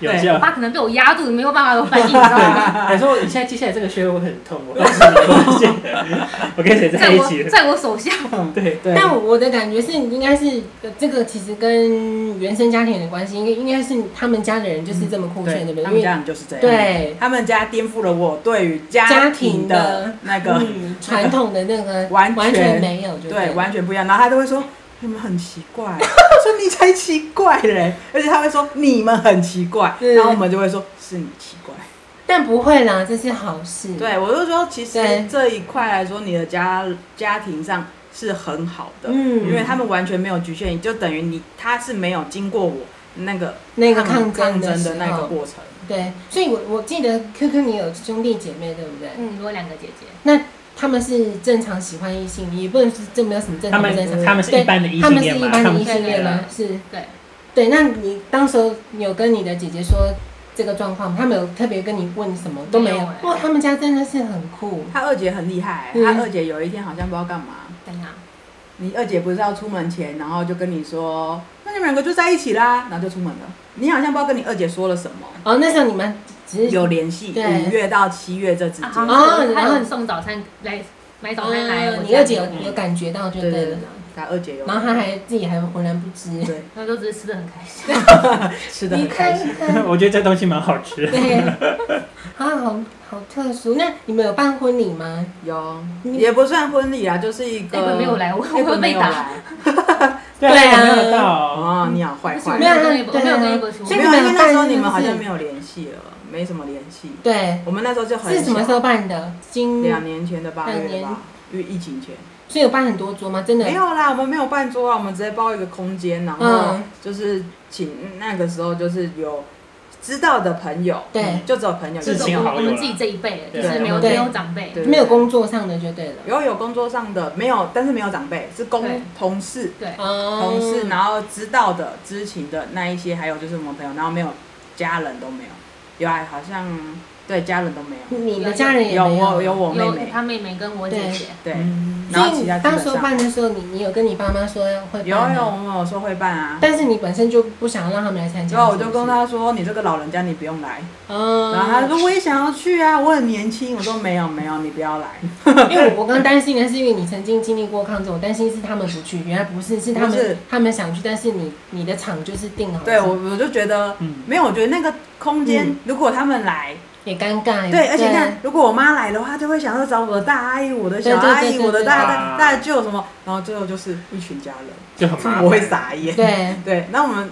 Speaker 2: 有
Speaker 4: 对
Speaker 3: 我
Speaker 2: 效。
Speaker 3: 爸可能被我压住，没有办法有反应，你知道 吗？
Speaker 2: 还说你现在接下来这个穴位我很痛，我告诉你，我现在我跟谁在
Speaker 3: 在
Speaker 2: 一
Speaker 3: 我
Speaker 2: 起了？
Speaker 3: 在我手下，
Speaker 2: 对，
Speaker 4: 对，
Speaker 1: 但我的感觉是，你应该是呃这个其实跟原生家庭的关系，应该应该是他们家的人就是这么酷炫，对不
Speaker 4: 嗯
Speaker 1: 对？
Speaker 4: 他们
Speaker 1: 因为
Speaker 4: 家人就是这样，，
Speaker 1: 对，
Speaker 4: 他们家颠覆了我对于家
Speaker 1: 家
Speaker 4: 庭
Speaker 1: 庭
Speaker 4: 的
Speaker 1: 的
Speaker 4: 那个，
Speaker 1: 嗯，传统的那个
Speaker 4: 完全
Speaker 1: 完全没有，就
Speaker 4: 对，
Speaker 1: 了
Speaker 4: 完全不一样。然后他都会说你们很奇怪， 我说你才奇怪嘞，而且他会说你们很奇怪，
Speaker 1: 嗯
Speaker 4: 然后我们就会说是你奇怪。
Speaker 1: 但不会啦，这是好事。
Speaker 4: 对，我就说其实
Speaker 1: 嗯对
Speaker 4: 这一块来说，你的家家庭上是很好的，
Speaker 1: 嗯
Speaker 4: 因为他们完全没有局限，你就等于你他是没有经过我那个
Speaker 1: 那个
Speaker 4: 抗
Speaker 1: 抗
Speaker 4: 抗
Speaker 1: 争
Speaker 4: 争
Speaker 1: 的
Speaker 4: 的
Speaker 1: 时
Speaker 4: 那个
Speaker 1: 候，
Speaker 4: 过程。
Speaker 1: 对，所以我我记得 QQ 你有兄弟姐妹对不对？
Speaker 3: 嗯，我有两个姐姐，
Speaker 1: 那他们是正常喜欢异性，也不能是这没有什么正
Speaker 2: 他
Speaker 1: 常不
Speaker 2: 们
Speaker 1: 正常，
Speaker 2: 他们是
Speaker 1: 对
Speaker 2: 一般的异
Speaker 1: 他
Speaker 2: 性
Speaker 1: 们是
Speaker 2: 恋
Speaker 1: 一
Speaker 2: 嘛，
Speaker 1: 般的
Speaker 2: 们
Speaker 1: 异性恋
Speaker 2: 嘛，
Speaker 1: 吗？是，
Speaker 3: 对，
Speaker 1: 对。那你当时候你有跟你的姐姐说这个状况吗？他们有特别跟你问什么都没有
Speaker 3: 没有欸
Speaker 1: 哇，他们家真的是很酷，
Speaker 4: 他二姐很厉害、
Speaker 1: 嗯
Speaker 4: 他二姐有一天好像不知道干嘛，
Speaker 3: 在哪？
Speaker 4: 你二姐不是要出门前，然后就跟你说，那你们两个就在一起啦，然后就出门了。你好像不知道跟你二姐说了什么，
Speaker 1: 哦，那时候你们只是
Speaker 4: 有联系，
Speaker 1: 对
Speaker 4: 五月到七月这之
Speaker 3: 啊，
Speaker 4: 间，
Speaker 3: 好
Speaker 1: 哦
Speaker 3: 像
Speaker 1: 然
Speaker 3: 他
Speaker 1: 后
Speaker 3: 有送早餐来买早餐来
Speaker 1: 嗯
Speaker 3: 我家，
Speaker 1: 你二姐有
Speaker 3: 嗯
Speaker 1: 有感觉到就
Speaker 4: 对
Speaker 1: 对
Speaker 4: 对
Speaker 1: 了
Speaker 4: 对，，他二姐有，
Speaker 1: 然后她还自己还浑然不知，
Speaker 4: 对
Speaker 3: 那都只是吃的很开心。
Speaker 4: 吃的
Speaker 1: 你
Speaker 4: 很开
Speaker 1: 看
Speaker 4: 心。
Speaker 1: 看
Speaker 2: 我觉得这东西蛮好吃。
Speaker 1: 对，啊，好好特殊。那你们有办婚礼吗？
Speaker 4: 有，
Speaker 1: 你哎
Speaker 4: 也不算婚礼啊，就是一个。
Speaker 3: 那个没有来，我
Speaker 4: 那
Speaker 3: 我
Speaker 4: 个
Speaker 3: 会
Speaker 4: 没
Speaker 3: 被
Speaker 4: 有
Speaker 3: 打。
Speaker 4: 来。
Speaker 2: 对
Speaker 1: 对
Speaker 2: 啊，
Speaker 1: 啊
Speaker 2: 我没有到，
Speaker 4: 哦，你好坏
Speaker 3: 我
Speaker 4: 坏。
Speaker 1: 没
Speaker 4: 没有
Speaker 1: 有
Speaker 4: 啊，
Speaker 1: 跟
Speaker 3: 跟
Speaker 1: 一
Speaker 3: 一
Speaker 1: 波
Speaker 3: 波，
Speaker 1: 对啊
Speaker 3: 我没有跟一波出
Speaker 1: 所以
Speaker 4: 因
Speaker 1: 你
Speaker 4: 为
Speaker 1: 们有
Speaker 4: 那时候
Speaker 1: 办
Speaker 4: 你
Speaker 1: 是
Speaker 4: 们
Speaker 1: 不
Speaker 4: 好
Speaker 1: 是
Speaker 4: 像没有联系了，没什么联系。
Speaker 1: 对，
Speaker 4: 我们那时候就很
Speaker 1: 是什么时
Speaker 4: 小，啊
Speaker 1: 候办的？今
Speaker 4: 两年前的八
Speaker 1: 两
Speaker 4: 月
Speaker 1: 年
Speaker 4: 吧，因为疫情前。
Speaker 1: 所以有办很多桌吗？真的
Speaker 4: 没有啦，我们没有办桌啊，我们直接包一个空间，然后
Speaker 1: 嗯
Speaker 4: 就是请那个时候就是有知道的朋友，
Speaker 1: 对
Speaker 4: 嗯就只有朋友，
Speaker 3: 就是
Speaker 2: 至
Speaker 3: 我
Speaker 2: 亲好友啦
Speaker 3: 们我们自己这一辈的，
Speaker 2: 对啊
Speaker 3: 就是没有
Speaker 1: 对
Speaker 3: 没有长辈，
Speaker 4: 对
Speaker 1: 没有工作上的就对了。
Speaker 4: 有有工作上的没有，但是没有长辈，是
Speaker 3: 对
Speaker 4: 公同事、
Speaker 3: 对，
Speaker 1: 哦
Speaker 4: 同事，然后知道的、知情的那一些，还有就是我们朋友，然后没有家人都没有，有啊，好像对家人都没有，
Speaker 1: 你的家人也
Speaker 4: 有
Speaker 1: 嗯没
Speaker 4: 我有我妹
Speaker 3: 有
Speaker 4: 妹，
Speaker 3: 他妹妹跟我姐姐，
Speaker 4: 对，
Speaker 2: 嗯
Speaker 4: 然后
Speaker 1: 所以
Speaker 4: 其他
Speaker 1: 你
Speaker 4: 基
Speaker 1: 当
Speaker 4: 本
Speaker 1: 时候
Speaker 4: 上
Speaker 1: 办的时候，你你有跟你爸妈说要会办
Speaker 4: 有
Speaker 1: 吗
Speaker 4: 有，我们有说会办啊。
Speaker 1: 但是你本身就不想要让他们来参加。
Speaker 4: 然后我
Speaker 1: 是不
Speaker 4: 就是跟，他说：“你这个老人家，你不用来。”
Speaker 1: 嗯，
Speaker 4: 然后他说我也想要去啊，我很年轻。我说没有没有，你不要 来，
Speaker 1: 因为我我刚担心的是，因为你曾经经历过抗争，我担心是他们不去，原来不是，是他
Speaker 4: 不
Speaker 1: 们
Speaker 4: 是
Speaker 1: 他们想去，但是你你的场就是定好了，
Speaker 4: 对我我就觉得
Speaker 2: 嗯
Speaker 4: 没有，我觉得那个空间、
Speaker 1: 嗯
Speaker 4: 如果他们来，
Speaker 1: 也尴尬，
Speaker 4: 对，而且你看，如果我妈来的话，就会想要找我的大阿姨、我的小
Speaker 1: 对对
Speaker 4: 阿
Speaker 1: 对
Speaker 4: 姨、
Speaker 1: 对啊
Speaker 4: 我的大大
Speaker 2: 对
Speaker 4: 大舅什么，然后最后就是一群家人，
Speaker 2: 就很麻烦。
Speaker 4: 我会傻眼。
Speaker 1: 对，
Speaker 4: 对，那我们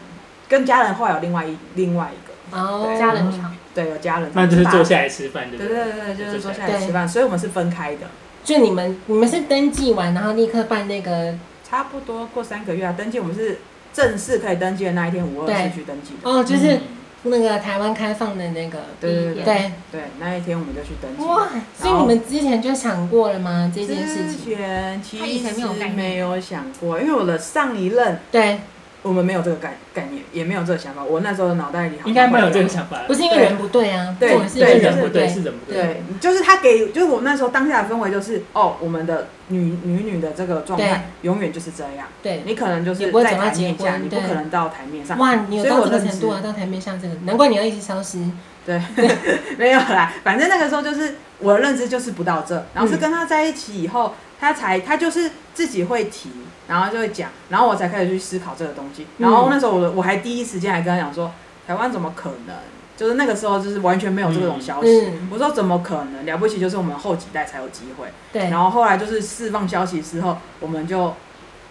Speaker 4: 跟家人后来有另外一另外一个，
Speaker 1: 哦，
Speaker 3: 家人场，
Speaker 4: 对，有家人，
Speaker 2: 那就是坐下来吃饭，对
Speaker 4: 对，
Speaker 2: 不
Speaker 4: 对
Speaker 2: 对？
Speaker 4: 对对对，就是坐下
Speaker 1: 对
Speaker 4: 来吃饭，所以我们是分开的，
Speaker 1: 就你们你们是登记完，然后立刻办那个，
Speaker 4: 差不多过三个月啊，登记我们是正式可以登记的那一天，五二
Speaker 1: 对
Speaker 4: 四去登记的，
Speaker 1: 哦，就是
Speaker 2: 嗯
Speaker 1: 那个台湾开放的那个，
Speaker 4: 对对对对。
Speaker 1: 对，
Speaker 4: 对，那一天我们就去登记。
Speaker 1: 哇，所以你们之前就想过了吗？这件事
Speaker 4: 之
Speaker 1: 情，
Speaker 4: 前其
Speaker 3: 他以前没有概
Speaker 4: 实
Speaker 3: 念
Speaker 4: 没有想过，因为我的上一任
Speaker 1: 对，
Speaker 4: 我们没有这个概概念，也没有这个想法。我那时候的脑袋里好像
Speaker 2: 应该没有这个想法，
Speaker 1: 不是因为人不对啊，
Speaker 4: 对
Speaker 1: 重点是因
Speaker 4: 对
Speaker 1: 为
Speaker 2: 是
Speaker 1: 人
Speaker 2: 人
Speaker 1: 不
Speaker 2: 不
Speaker 1: 对
Speaker 2: 对，，是人不对。
Speaker 4: 对，就是他给，就是我那时候当下的氛围就是，哦，我们的女女女的这个状态永远就是这样，
Speaker 1: 对。
Speaker 4: 你可能就
Speaker 1: 也
Speaker 4: 是
Speaker 1: 不会
Speaker 4: 在
Speaker 1: 走到
Speaker 4: 台
Speaker 1: 结
Speaker 4: 面下，
Speaker 1: 婚
Speaker 4: 你不
Speaker 1: 对
Speaker 4: 可能到台面上。
Speaker 1: 哇，你有
Speaker 4: 所以
Speaker 1: 到
Speaker 4: 我
Speaker 1: 这个
Speaker 4: 认
Speaker 1: 程度啊，
Speaker 4: 知
Speaker 1: 到台面上这个，难怪你要一直消失。
Speaker 4: 对， 没有啦，反正那个时候就是我的认知就是不到这，然后是
Speaker 1: 嗯
Speaker 4: 跟他在一起以后，他才他就是自己会提，然后就会讲，然后我才开始去思考这个东西。
Speaker 1: 嗯
Speaker 4: 然后那时候我的我还第一时间还跟他讲说，台湾怎么可能？就是那个时候就是完全没有这种消息，
Speaker 1: 嗯
Speaker 4: 我说怎么可能？了不起就是我们后几代才有机会。
Speaker 1: 对，
Speaker 4: 然后后来就是释放消息之后，我们就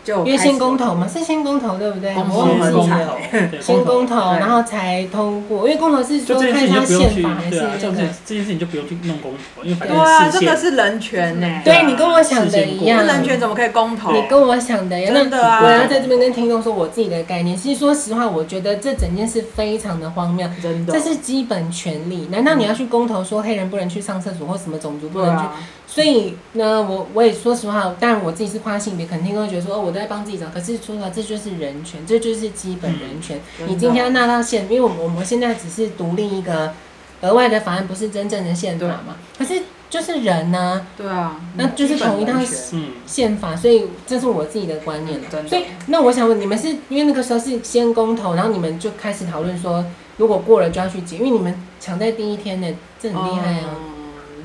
Speaker 4: 就
Speaker 1: 因为
Speaker 4: 开始
Speaker 1: 先公投嘛，是先公投对不对？
Speaker 4: 公
Speaker 1: 我
Speaker 4: 投
Speaker 1: 忘记
Speaker 4: 公投
Speaker 1: 了。
Speaker 2: 对
Speaker 1: 先公投，
Speaker 4: 对
Speaker 1: 然后才通过，因为公投是
Speaker 2: 就
Speaker 1: 说
Speaker 2: 这
Speaker 1: 看
Speaker 2: 件事情
Speaker 1: 他
Speaker 2: 就不用去
Speaker 1: 宪法还，是
Speaker 2: 对啊，
Speaker 1: 那
Speaker 2: 这件
Speaker 1: 个
Speaker 2: 事。这件事情就不用去弄公投，因为反
Speaker 4: 对
Speaker 2: 正
Speaker 4: 啊，
Speaker 2: 视
Speaker 4: 这个
Speaker 2: 线，
Speaker 4: 是人权呢、
Speaker 1: 对
Speaker 2: 啊
Speaker 1: 你跟我想的一样
Speaker 4: 这
Speaker 2: 视线
Speaker 4: 人权怎么可以公投？
Speaker 1: 你跟我想的一样，
Speaker 4: 真的啊
Speaker 1: 那我要在这边跟听众说我自己的概念。其实说实话，我觉得这整件事非常的荒谬，
Speaker 4: 真的，
Speaker 1: 这是基本权利。难道你要去公投说黑人不能去上厕所，或什么种族不
Speaker 4: 对
Speaker 1: 能去？
Speaker 4: 啊，
Speaker 1: 所以呢，我我也说实话，当然我自己是跨性别，肯定会觉得说、哦、我都在帮自己找。可是说实话，这就是人权，这就是基本人权。
Speaker 4: 真的
Speaker 1: 你今天要纳到宪，因为我们我们现在只是独立一个额外的法案，不是真正的宪法嘛。可是就是人呢、
Speaker 4: 对啊，
Speaker 1: 那就是同一套
Speaker 4: 基
Speaker 2: 嗯，
Speaker 1: 宪法，所以这是我自己的观念了。
Speaker 4: 本人
Speaker 1: 所
Speaker 4: 权
Speaker 1: 以那我想问你们是，因为那个时候是先公投，然后你们就开始讨论说，如果过了就要去解，因为你们抢在第一天呢，这很厉害啊。
Speaker 4: 嗯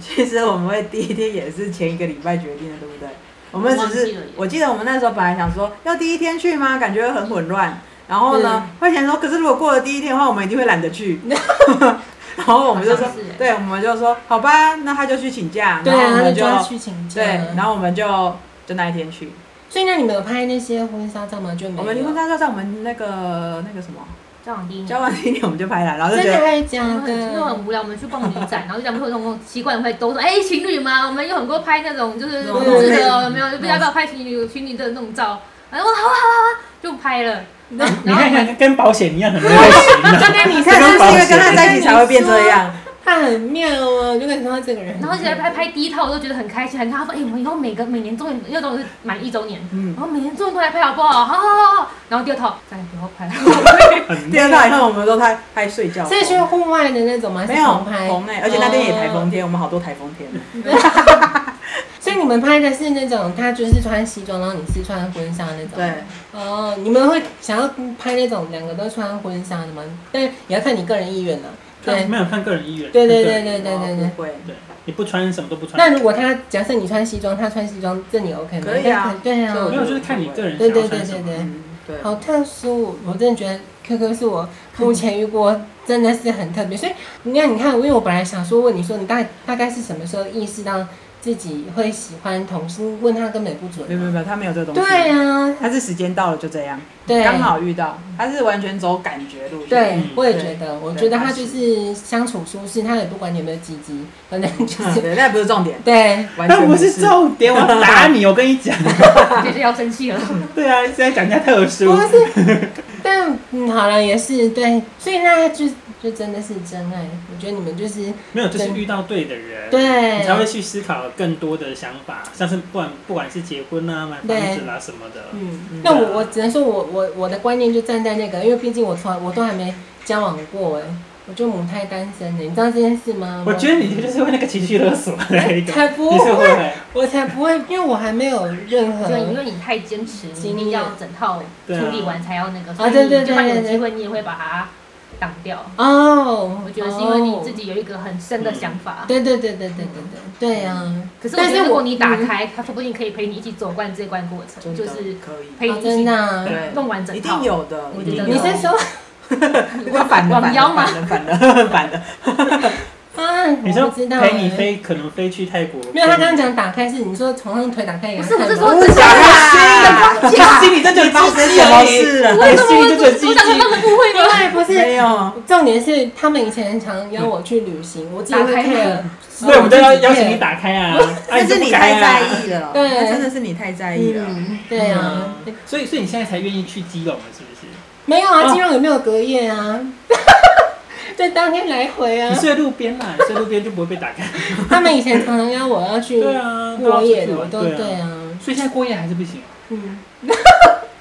Speaker 4: 其实我们会第一天也是前一个礼拜决定的，对不对？我们只
Speaker 3: 忘记
Speaker 4: 是
Speaker 3: 了耶
Speaker 4: 我记得我们那时候本来想说要第一天去吗？感觉很混乱。然后呢，会想说，可是如果过了第一天的话，我们一定会懒 得去。然后我们就说
Speaker 3: 好像是耶，欸
Speaker 4: 对，我们就说好吧，那他就去请假，
Speaker 1: 对
Speaker 4: 然后
Speaker 1: 啊，
Speaker 4: 我
Speaker 1: 那
Speaker 4: 们
Speaker 1: 就
Speaker 4: 就
Speaker 1: 要去请假
Speaker 4: 对
Speaker 1: 啊。，
Speaker 4: 然后我们就就那一天去。
Speaker 1: 所以那你们有拍那些婚纱照吗？就没有。
Speaker 4: 我们离婚大照在我们那个那个什么
Speaker 3: 交往第一
Speaker 4: 交
Speaker 3: 年。
Speaker 4: 往第一天我们就拍了，然后
Speaker 1: 嗯
Speaker 4: 就
Speaker 1: 真
Speaker 4: 觉
Speaker 1: 的
Speaker 4: 得
Speaker 1: 还是假
Speaker 3: 因为
Speaker 1: 的？
Speaker 3: 很无聊，我们去逛旅展，然后就讲不会有那种奇怪的会都说，哎、情侣吗？我们有很多拍那种就是
Speaker 4: 对
Speaker 3: 同志的，有没有？就不知道要不要拍情侣情侣的那种照，然后我好啊好啊好啊，就拍了。
Speaker 2: 你看 看跟保险一样很热心啊，
Speaker 1: 刚刚你
Speaker 4: 你
Speaker 1: 看
Speaker 4: 看，
Speaker 1: 他
Speaker 4: 就是因为
Speaker 2: 跟
Speaker 4: 跟
Speaker 2: 他
Speaker 4: 他
Speaker 1: 在
Speaker 4: 在
Speaker 1: 一起
Speaker 4: 一起
Speaker 1: 才
Speaker 4: 才
Speaker 1: 会
Speaker 4: 会
Speaker 1: 变
Speaker 4: 变
Speaker 1: 这
Speaker 4: 这样。
Speaker 1: 他很妙哦，就感觉到这个人。
Speaker 3: 然后起来拍拍第一套，我都觉得很开心，很看他说，哎、我们以后每个每年终于又终于满一周年，
Speaker 4: 嗯
Speaker 3: 然后每年终于都来拍好不好？好好好好。然后第二套，再不要拍了，
Speaker 2: 很
Speaker 4: 第二啊套以后，我们都拍拍睡觉。
Speaker 1: 所以去户外的那种吗？还是
Speaker 4: 没有
Speaker 1: 棚拍，哦
Speaker 4: 红哎，而且那边也台风天，我们好多台风天。
Speaker 1: 所以你们拍的是那种他就是穿西装，然后你是穿婚纱那种。。
Speaker 4: 对，
Speaker 1: 哦，你们会想要拍那种两个都穿婚纱的吗？但也要看你个人意愿了。对
Speaker 2: 没有看个人意愿，
Speaker 1: 对对对对对对对
Speaker 4: 不。会。
Speaker 2: 对，你不穿什么都不穿，
Speaker 1: 那如果他假设你穿西装，他穿西装，这你 OK 吗？
Speaker 4: 可以啊
Speaker 1: 对啊
Speaker 4: 所以。我
Speaker 2: 没有就是看你个人
Speaker 1: 对
Speaker 2: 想
Speaker 1: 对
Speaker 2: 要
Speaker 1: 对对
Speaker 2: 穿什
Speaker 1: 对
Speaker 2: 么。。
Speaker 4: 嗯对，
Speaker 1: 好特殊，我真的觉得 QQ 是 我目前遇过真的是很特别。所以你看，你看，因为我本来想说问你说你大大概是什么时候意识到自己会喜欢同性，问他根本不准
Speaker 4: 没有没有
Speaker 1: 啊、
Speaker 4: 没有，他没有这个东西。
Speaker 1: 对啊，
Speaker 4: 他是时间到了就这样，
Speaker 1: 对，
Speaker 4: 刚好遇到，他是完全走感觉路线。
Speaker 1: 对
Speaker 2: 嗯，
Speaker 1: 我也觉得，我
Speaker 4: 对
Speaker 1: 觉得他
Speaker 4: 他
Speaker 1: 就是是相处舒适，他也不管你有没有鸡鸡，反 正就
Speaker 4: 嗯
Speaker 1: 是
Speaker 4: 对，那不是重点，
Speaker 1: 对。
Speaker 4: 完
Speaker 2: 那
Speaker 4: 全
Speaker 2: 不
Speaker 4: 是
Speaker 2: 是。重点，我打你，我跟你讲。
Speaker 3: 就是要生气了。
Speaker 2: 对啊，一直在讲人家特殊
Speaker 1: 不。是， 但嗯，好了，也是对，所以那就就真的是真爱。我觉得你们就是
Speaker 2: 没有，就是遇到对的人，
Speaker 1: 对
Speaker 2: 你才会去思考更多的想法，像是不管不管是结婚啊、买房子啦、什么的，
Speaker 1: 嗯
Speaker 2: 嗯，
Speaker 1: 那
Speaker 2: 对
Speaker 1: 我
Speaker 2: 啊
Speaker 1: 我只能说我我我的观念就站在那个，因为毕竟我从来我都还没交往过哎、我就母胎单身呢、你知道这件事吗？哎
Speaker 2: 我觉得你就是会那个情绪勒索的那一个，
Speaker 1: 才不
Speaker 2: 你是
Speaker 1: 会，
Speaker 2: 会，
Speaker 1: 我才不会，因为我还没有任何
Speaker 3: 对，因为你太坚持，你一定要整套处理完才要那个，所以
Speaker 1: 啊对对
Speaker 3: 你就算
Speaker 1: 对
Speaker 3: 有
Speaker 1: 对
Speaker 3: 机会，你也会把它挡掉。
Speaker 1: 哦，
Speaker 3: 我觉得是因为你自
Speaker 1: 己。
Speaker 3: 己有一个很深的想法。
Speaker 1: 嗯对对对对对对对对啊！
Speaker 3: 可是我
Speaker 1: 但
Speaker 3: 觉
Speaker 1: 是
Speaker 3: 得如
Speaker 1: 我
Speaker 3: 果你打
Speaker 1: 嗯
Speaker 3: 开，他说不定可以陪你一起走惯这关过程，就是
Speaker 4: 可以，
Speaker 3: 陪
Speaker 1: 哦
Speaker 3: 你一
Speaker 1: 真
Speaker 3: 起
Speaker 1: 的啊，
Speaker 4: 对
Speaker 3: 弄完整
Speaker 4: 一
Speaker 3: 套。
Speaker 4: 定有的。
Speaker 3: 我
Speaker 4: 一
Speaker 3: 觉
Speaker 4: 定有
Speaker 3: 得
Speaker 1: 你
Speaker 3: 有
Speaker 1: 是说
Speaker 4: 这个反的
Speaker 3: 网
Speaker 4: 反
Speaker 3: 腰
Speaker 4: 的
Speaker 3: 吗
Speaker 4: 反的反的反的，
Speaker 1: 啊？
Speaker 2: 你
Speaker 1: 我
Speaker 2: 说
Speaker 1: 不知道
Speaker 2: 陪你
Speaker 1: 欸
Speaker 2: 飞，可能飞去泰国，
Speaker 1: 没有，他刚刚讲打开是你说床上腿打开也
Speaker 3: 不是，我是
Speaker 1: 看
Speaker 3: 说
Speaker 1: 吗
Speaker 3: 真的啦。
Speaker 4: 的假，心里真觉得发生什么事了？
Speaker 2: 你啊哎心里就觉得
Speaker 3: 我
Speaker 2: 自
Speaker 3: 想说
Speaker 2: 己
Speaker 3: 那个误会吗？
Speaker 1: 对，不是
Speaker 4: 没有，
Speaker 1: 重点是他们以前常邀我去旅行，我自己会
Speaker 3: 打开
Speaker 1: care，
Speaker 2: 所以我们都要邀请你
Speaker 1: 打。
Speaker 2: 打开啊，啊
Speaker 4: 但是你太在，意了，
Speaker 1: 对
Speaker 4: 那真的是你太在意了。
Speaker 1: 嗯，
Speaker 2: 不
Speaker 1: 对
Speaker 2: 改
Speaker 1: 啊
Speaker 2: 啊，，嗯所以所以你现在才愿意去基隆了，是不是？
Speaker 1: 没有啊，
Speaker 2: 哦
Speaker 1: 基隆有没有隔夜啊？ 对，当天来回啊
Speaker 2: 你。睡路边啦，你睡路边就不会被打开。
Speaker 1: 他们以前常常邀我要去
Speaker 2: 对啊，
Speaker 1: 过夜的，
Speaker 2: 都
Speaker 1: 我
Speaker 2: 要
Speaker 1: 都
Speaker 2: 出去玩
Speaker 1: 对
Speaker 2: 啊。
Speaker 1: 啊，
Speaker 2: 所以现在过夜还是不行，啊
Speaker 1: 嗯。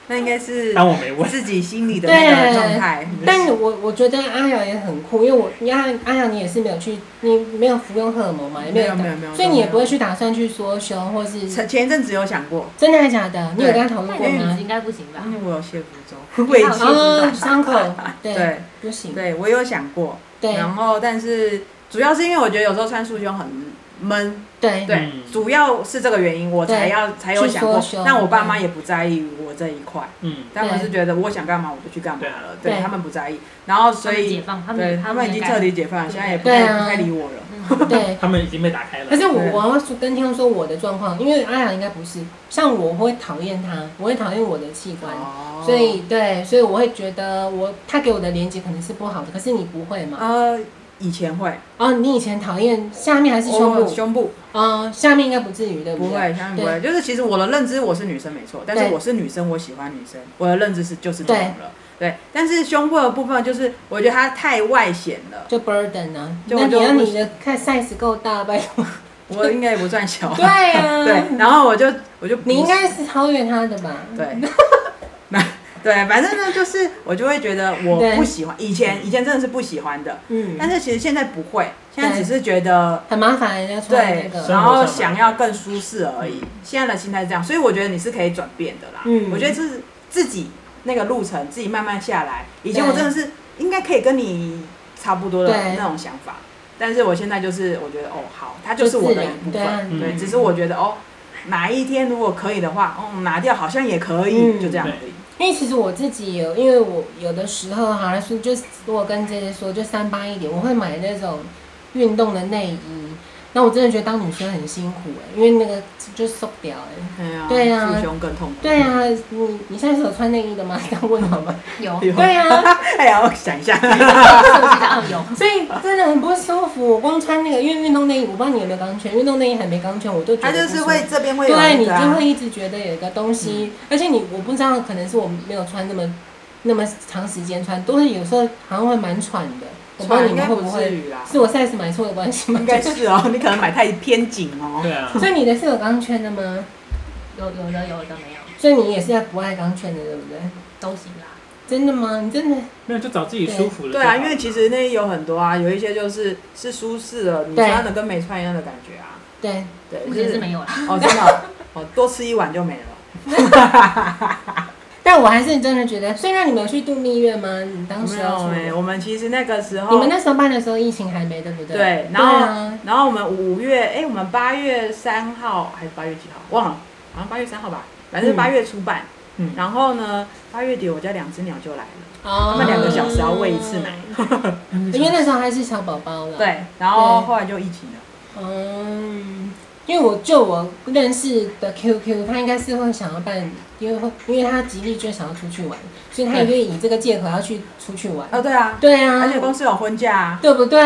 Speaker 4: 那应该是
Speaker 2: 当我没问。
Speaker 4: 自己心里的那个状态。
Speaker 1: 但是我我觉得阿瑶也很酷，因为我你阿阿瑶你也是没有去，你没有服用荷尔蒙嘛，也没有打
Speaker 4: 没有没有没有
Speaker 1: 所以你也不
Speaker 4: 没
Speaker 1: 会
Speaker 4: 有
Speaker 1: 去打算去缩胸或是
Speaker 4: 前前一阵子有想过，
Speaker 1: 真的还假的？你有跟他讨论
Speaker 3: 那
Speaker 1: 过
Speaker 3: 你的
Speaker 1: 吗
Speaker 3: 子？应该不行吧？
Speaker 4: 因为我有谢福州，我已
Speaker 3: 你好
Speaker 4: 经
Speaker 1: 啊，伤口对
Speaker 4: 对
Speaker 1: 不行，
Speaker 4: 对我有想过，
Speaker 1: 对
Speaker 4: 然后但是主要是因为我觉得有时候穿束胸很闷，
Speaker 1: 对
Speaker 4: 对
Speaker 2: 嗯，
Speaker 4: 主要是这个原因我才
Speaker 1: 对
Speaker 4: 要才有想过
Speaker 1: 去缩胸。
Speaker 4: 但我爸妈也不在意我这一块，
Speaker 2: 嗯，
Speaker 4: 他们是觉得我想干嘛我就去干嘛了，
Speaker 1: 对
Speaker 4: 对他们不在意。然后所
Speaker 3: 他们
Speaker 4: 以
Speaker 3: 解放，他
Speaker 4: 对
Speaker 3: 们
Speaker 4: 他们已经彻底解放了，
Speaker 3: 对
Speaker 4: 现在也不
Speaker 1: 对
Speaker 4: 太
Speaker 1: 啊
Speaker 4: 不太理我 了。
Speaker 3: 嗯
Speaker 1: 对。
Speaker 2: 他们已经被打开了
Speaker 1: 可。是我
Speaker 4: 对
Speaker 1: 我要说跟听众说我的状况，因为阿雅应该不是，像我会讨厌他，我会讨厌我的器官，
Speaker 4: 哦
Speaker 1: 所以对，所以我会觉得我他给我的连接可能是不好的，可是你不会嘛？
Speaker 4: 呃，以前会，
Speaker 1: 哦，你以前讨厌下面还是胸
Speaker 4: 哦我
Speaker 1: 部？
Speaker 4: 胸部
Speaker 1: 嗯，下面应该不至于对
Speaker 4: 不
Speaker 1: 对？
Speaker 4: 会，相信不会。就是其实我的认知我是女生没错，但
Speaker 1: 对
Speaker 4: 是我是女生，我喜欢女生，我的认知是就是这样了。对，但是胸部的部分就是我觉得它太外显了，
Speaker 1: 就 burden 啊，
Speaker 4: 就
Speaker 1: 那你
Speaker 4: 就
Speaker 1: 要
Speaker 4: 不
Speaker 1: 你的看 size 够大吧？
Speaker 4: 我应该也不算小。
Speaker 1: 对啊，
Speaker 4: 对，然后我就我就不
Speaker 1: 你应该是超越他的吧？
Speaker 4: 对， 那对，反正呢就是我就会觉得我不喜欢，以前以前真的是不喜欢的，
Speaker 1: 嗯，
Speaker 4: 但是其实现在不会，现在
Speaker 1: 对
Speaker 4: 只是觉得。
Speaker 1: 很麻烦人家穿
Speaker 4: 对
Speaker 1: 那
Speaker 2: 生活，
Speaker 1: 个，
Speaker 4: 然后
Speaker 2: 上
Speaker 4: 想
Speaker 2: 来
Speaker 4: 要更舒适而已。现在的心态是这样，所以我觉得你是可以转变的啦。
Speaker 1: 嗯
Speaker 4: 我觉得是自己那个路程，自己慢慢下来。以前我
Speaker 1: 对
Speaker 4: 真的是应该可以跟你差不多的
Speaker 1: 对
Speaker 4: 那种想法，但是我现在就是我觉得哦，好，它就是我
Speaker 1: 自
Speaker 4: 的一
Speaker 1: 然
Speaker 4: 部
Speaker 1: 对啊
Speaker 4: 分。
Speaker 2: 嗯
Speaker 4: 对，只是我觉得哦，哪一天如果可以的话，哦，拿掉好像也可以，
Speaker 1: 嗯
Speaker 4: 就这样
Speaker 2: 对
Speaker 4: 而已。
Speaker 1: 因为其实我自己有，因为我有的时候好像是就是我跟姐姐说，就三八一点，我会买那种运动的内衣。那我真的觉得当女生很辛苦哎、因为那个就受不了哎、对啊
Speaker 4: 束胸更痛苦。
Speaker 1: 对啊，你你现在是有穿内衣的吗？ 这样问好 吗？
Speaker 3: 有，
Speaker 4: 有
Speaker 1: 对啊，
Speaker 4: 哎呀，我想一下，
Speaker 3: 设啊计的有。
Speaker 1: 所以真的很不舒服。我光穿那个，因为运动内衣，我不知道你有没有钢圈，运动内衣还没钢圈，我都觉得
Speaker 4: 它就
Speaker 1: 不舒
Speaker 4: 是
Speaker 1: 服
Speaker 4: 会这边会有
Speaker 1: 对你就
Speaker 4: 一个啊嗯
Speaker 1: 会一直觉得有一个东西，而且你我不知道，可能是我没有穿那么那么长时间穿，都会有时候好像会蛮喘的。我不知道
Speaker 4: 喘
Speaker 1: 你
Speaker 4: 应
Speaker 1: 们
Speaker 4: 该
Speaker 1: 会
Speaker 4: 不
Speaker 1: 不
Speaker 4: 至
Speaker 1: 会
Speaker 4: 于啦，
Speaker 1: 是我 size 买错的关系吗
Speaker 4: 应？该是哦，你可能买太偏紧哦。
Speaker 2: 对啊，
Speaker 1: 所以你的是有钢圈的吗？
Speaker 3: 有有的有的没有
Speaker 1: 所以你也是在不爱钢圈的，对不对？
Speaker 3: 都行啦。
Speaker 1: 真的吗？你真的
Speaker 2: 没有就找自己舒服的就
Speaker 4: 对
Speaker 2: 好。
Speaker 4: 啊，因为其实那有很多啊，有一些就是是舒适的，你
Speaker 1: 对
Speaker 4: 穿的跟没穿一样的感觉啊。
Speaker 1: 对，
Speaker 4: 对，
Speaker 3: 目
Speaker 4: 就
Speaker 3: 前是没有啦。
Speaker 4: 哦，真的哦哦，多吃一碗就没了。
Speaker 1: 但我还是真的觉得，虽然你们有去度蜜月吗？你当时
Speaker 4: 没
Speaker 1: 要
Speaker 4: 有
Speaker 1: 出
Speaker 4: 没有，我们其实那个时
Speaker 1: 你
Speaker 4: 候
Speaker 1: 们，那时候办的时候疫情还没，对不对？
Speaker 4: 对然后
Speaker 1: 对啊
Speaker 4: 然后我们五月，哎，我们八月三号还是八月几号忘了，好像八月三号吧，反
Speaker 1: 嗯
Speaker 4: 正是八月初办。
Speaker 2: 嗯
Speaker 4: 然后呢，八月底我家两只鸟就来了，
Speaker 1: 他
Speaker 4: 他们两个小时要喂一次奶。
Speaker 1: 哦嗯因为那时候还是小宝宝了。
Speaker 4: 对，然后后来就疫情了。
Speaker 1: 嗯，因为我就我认识的 QQ，他应该是会想要办，因为会因为他极力就想要出去玩，所以他也愿意以这个借口要去出去玩。
Speaker 4: 哦，对啊，
Speaker 1: 对啊，
Speaker 4: 而且公司有婚假啊，
Speaker 1: 对不对？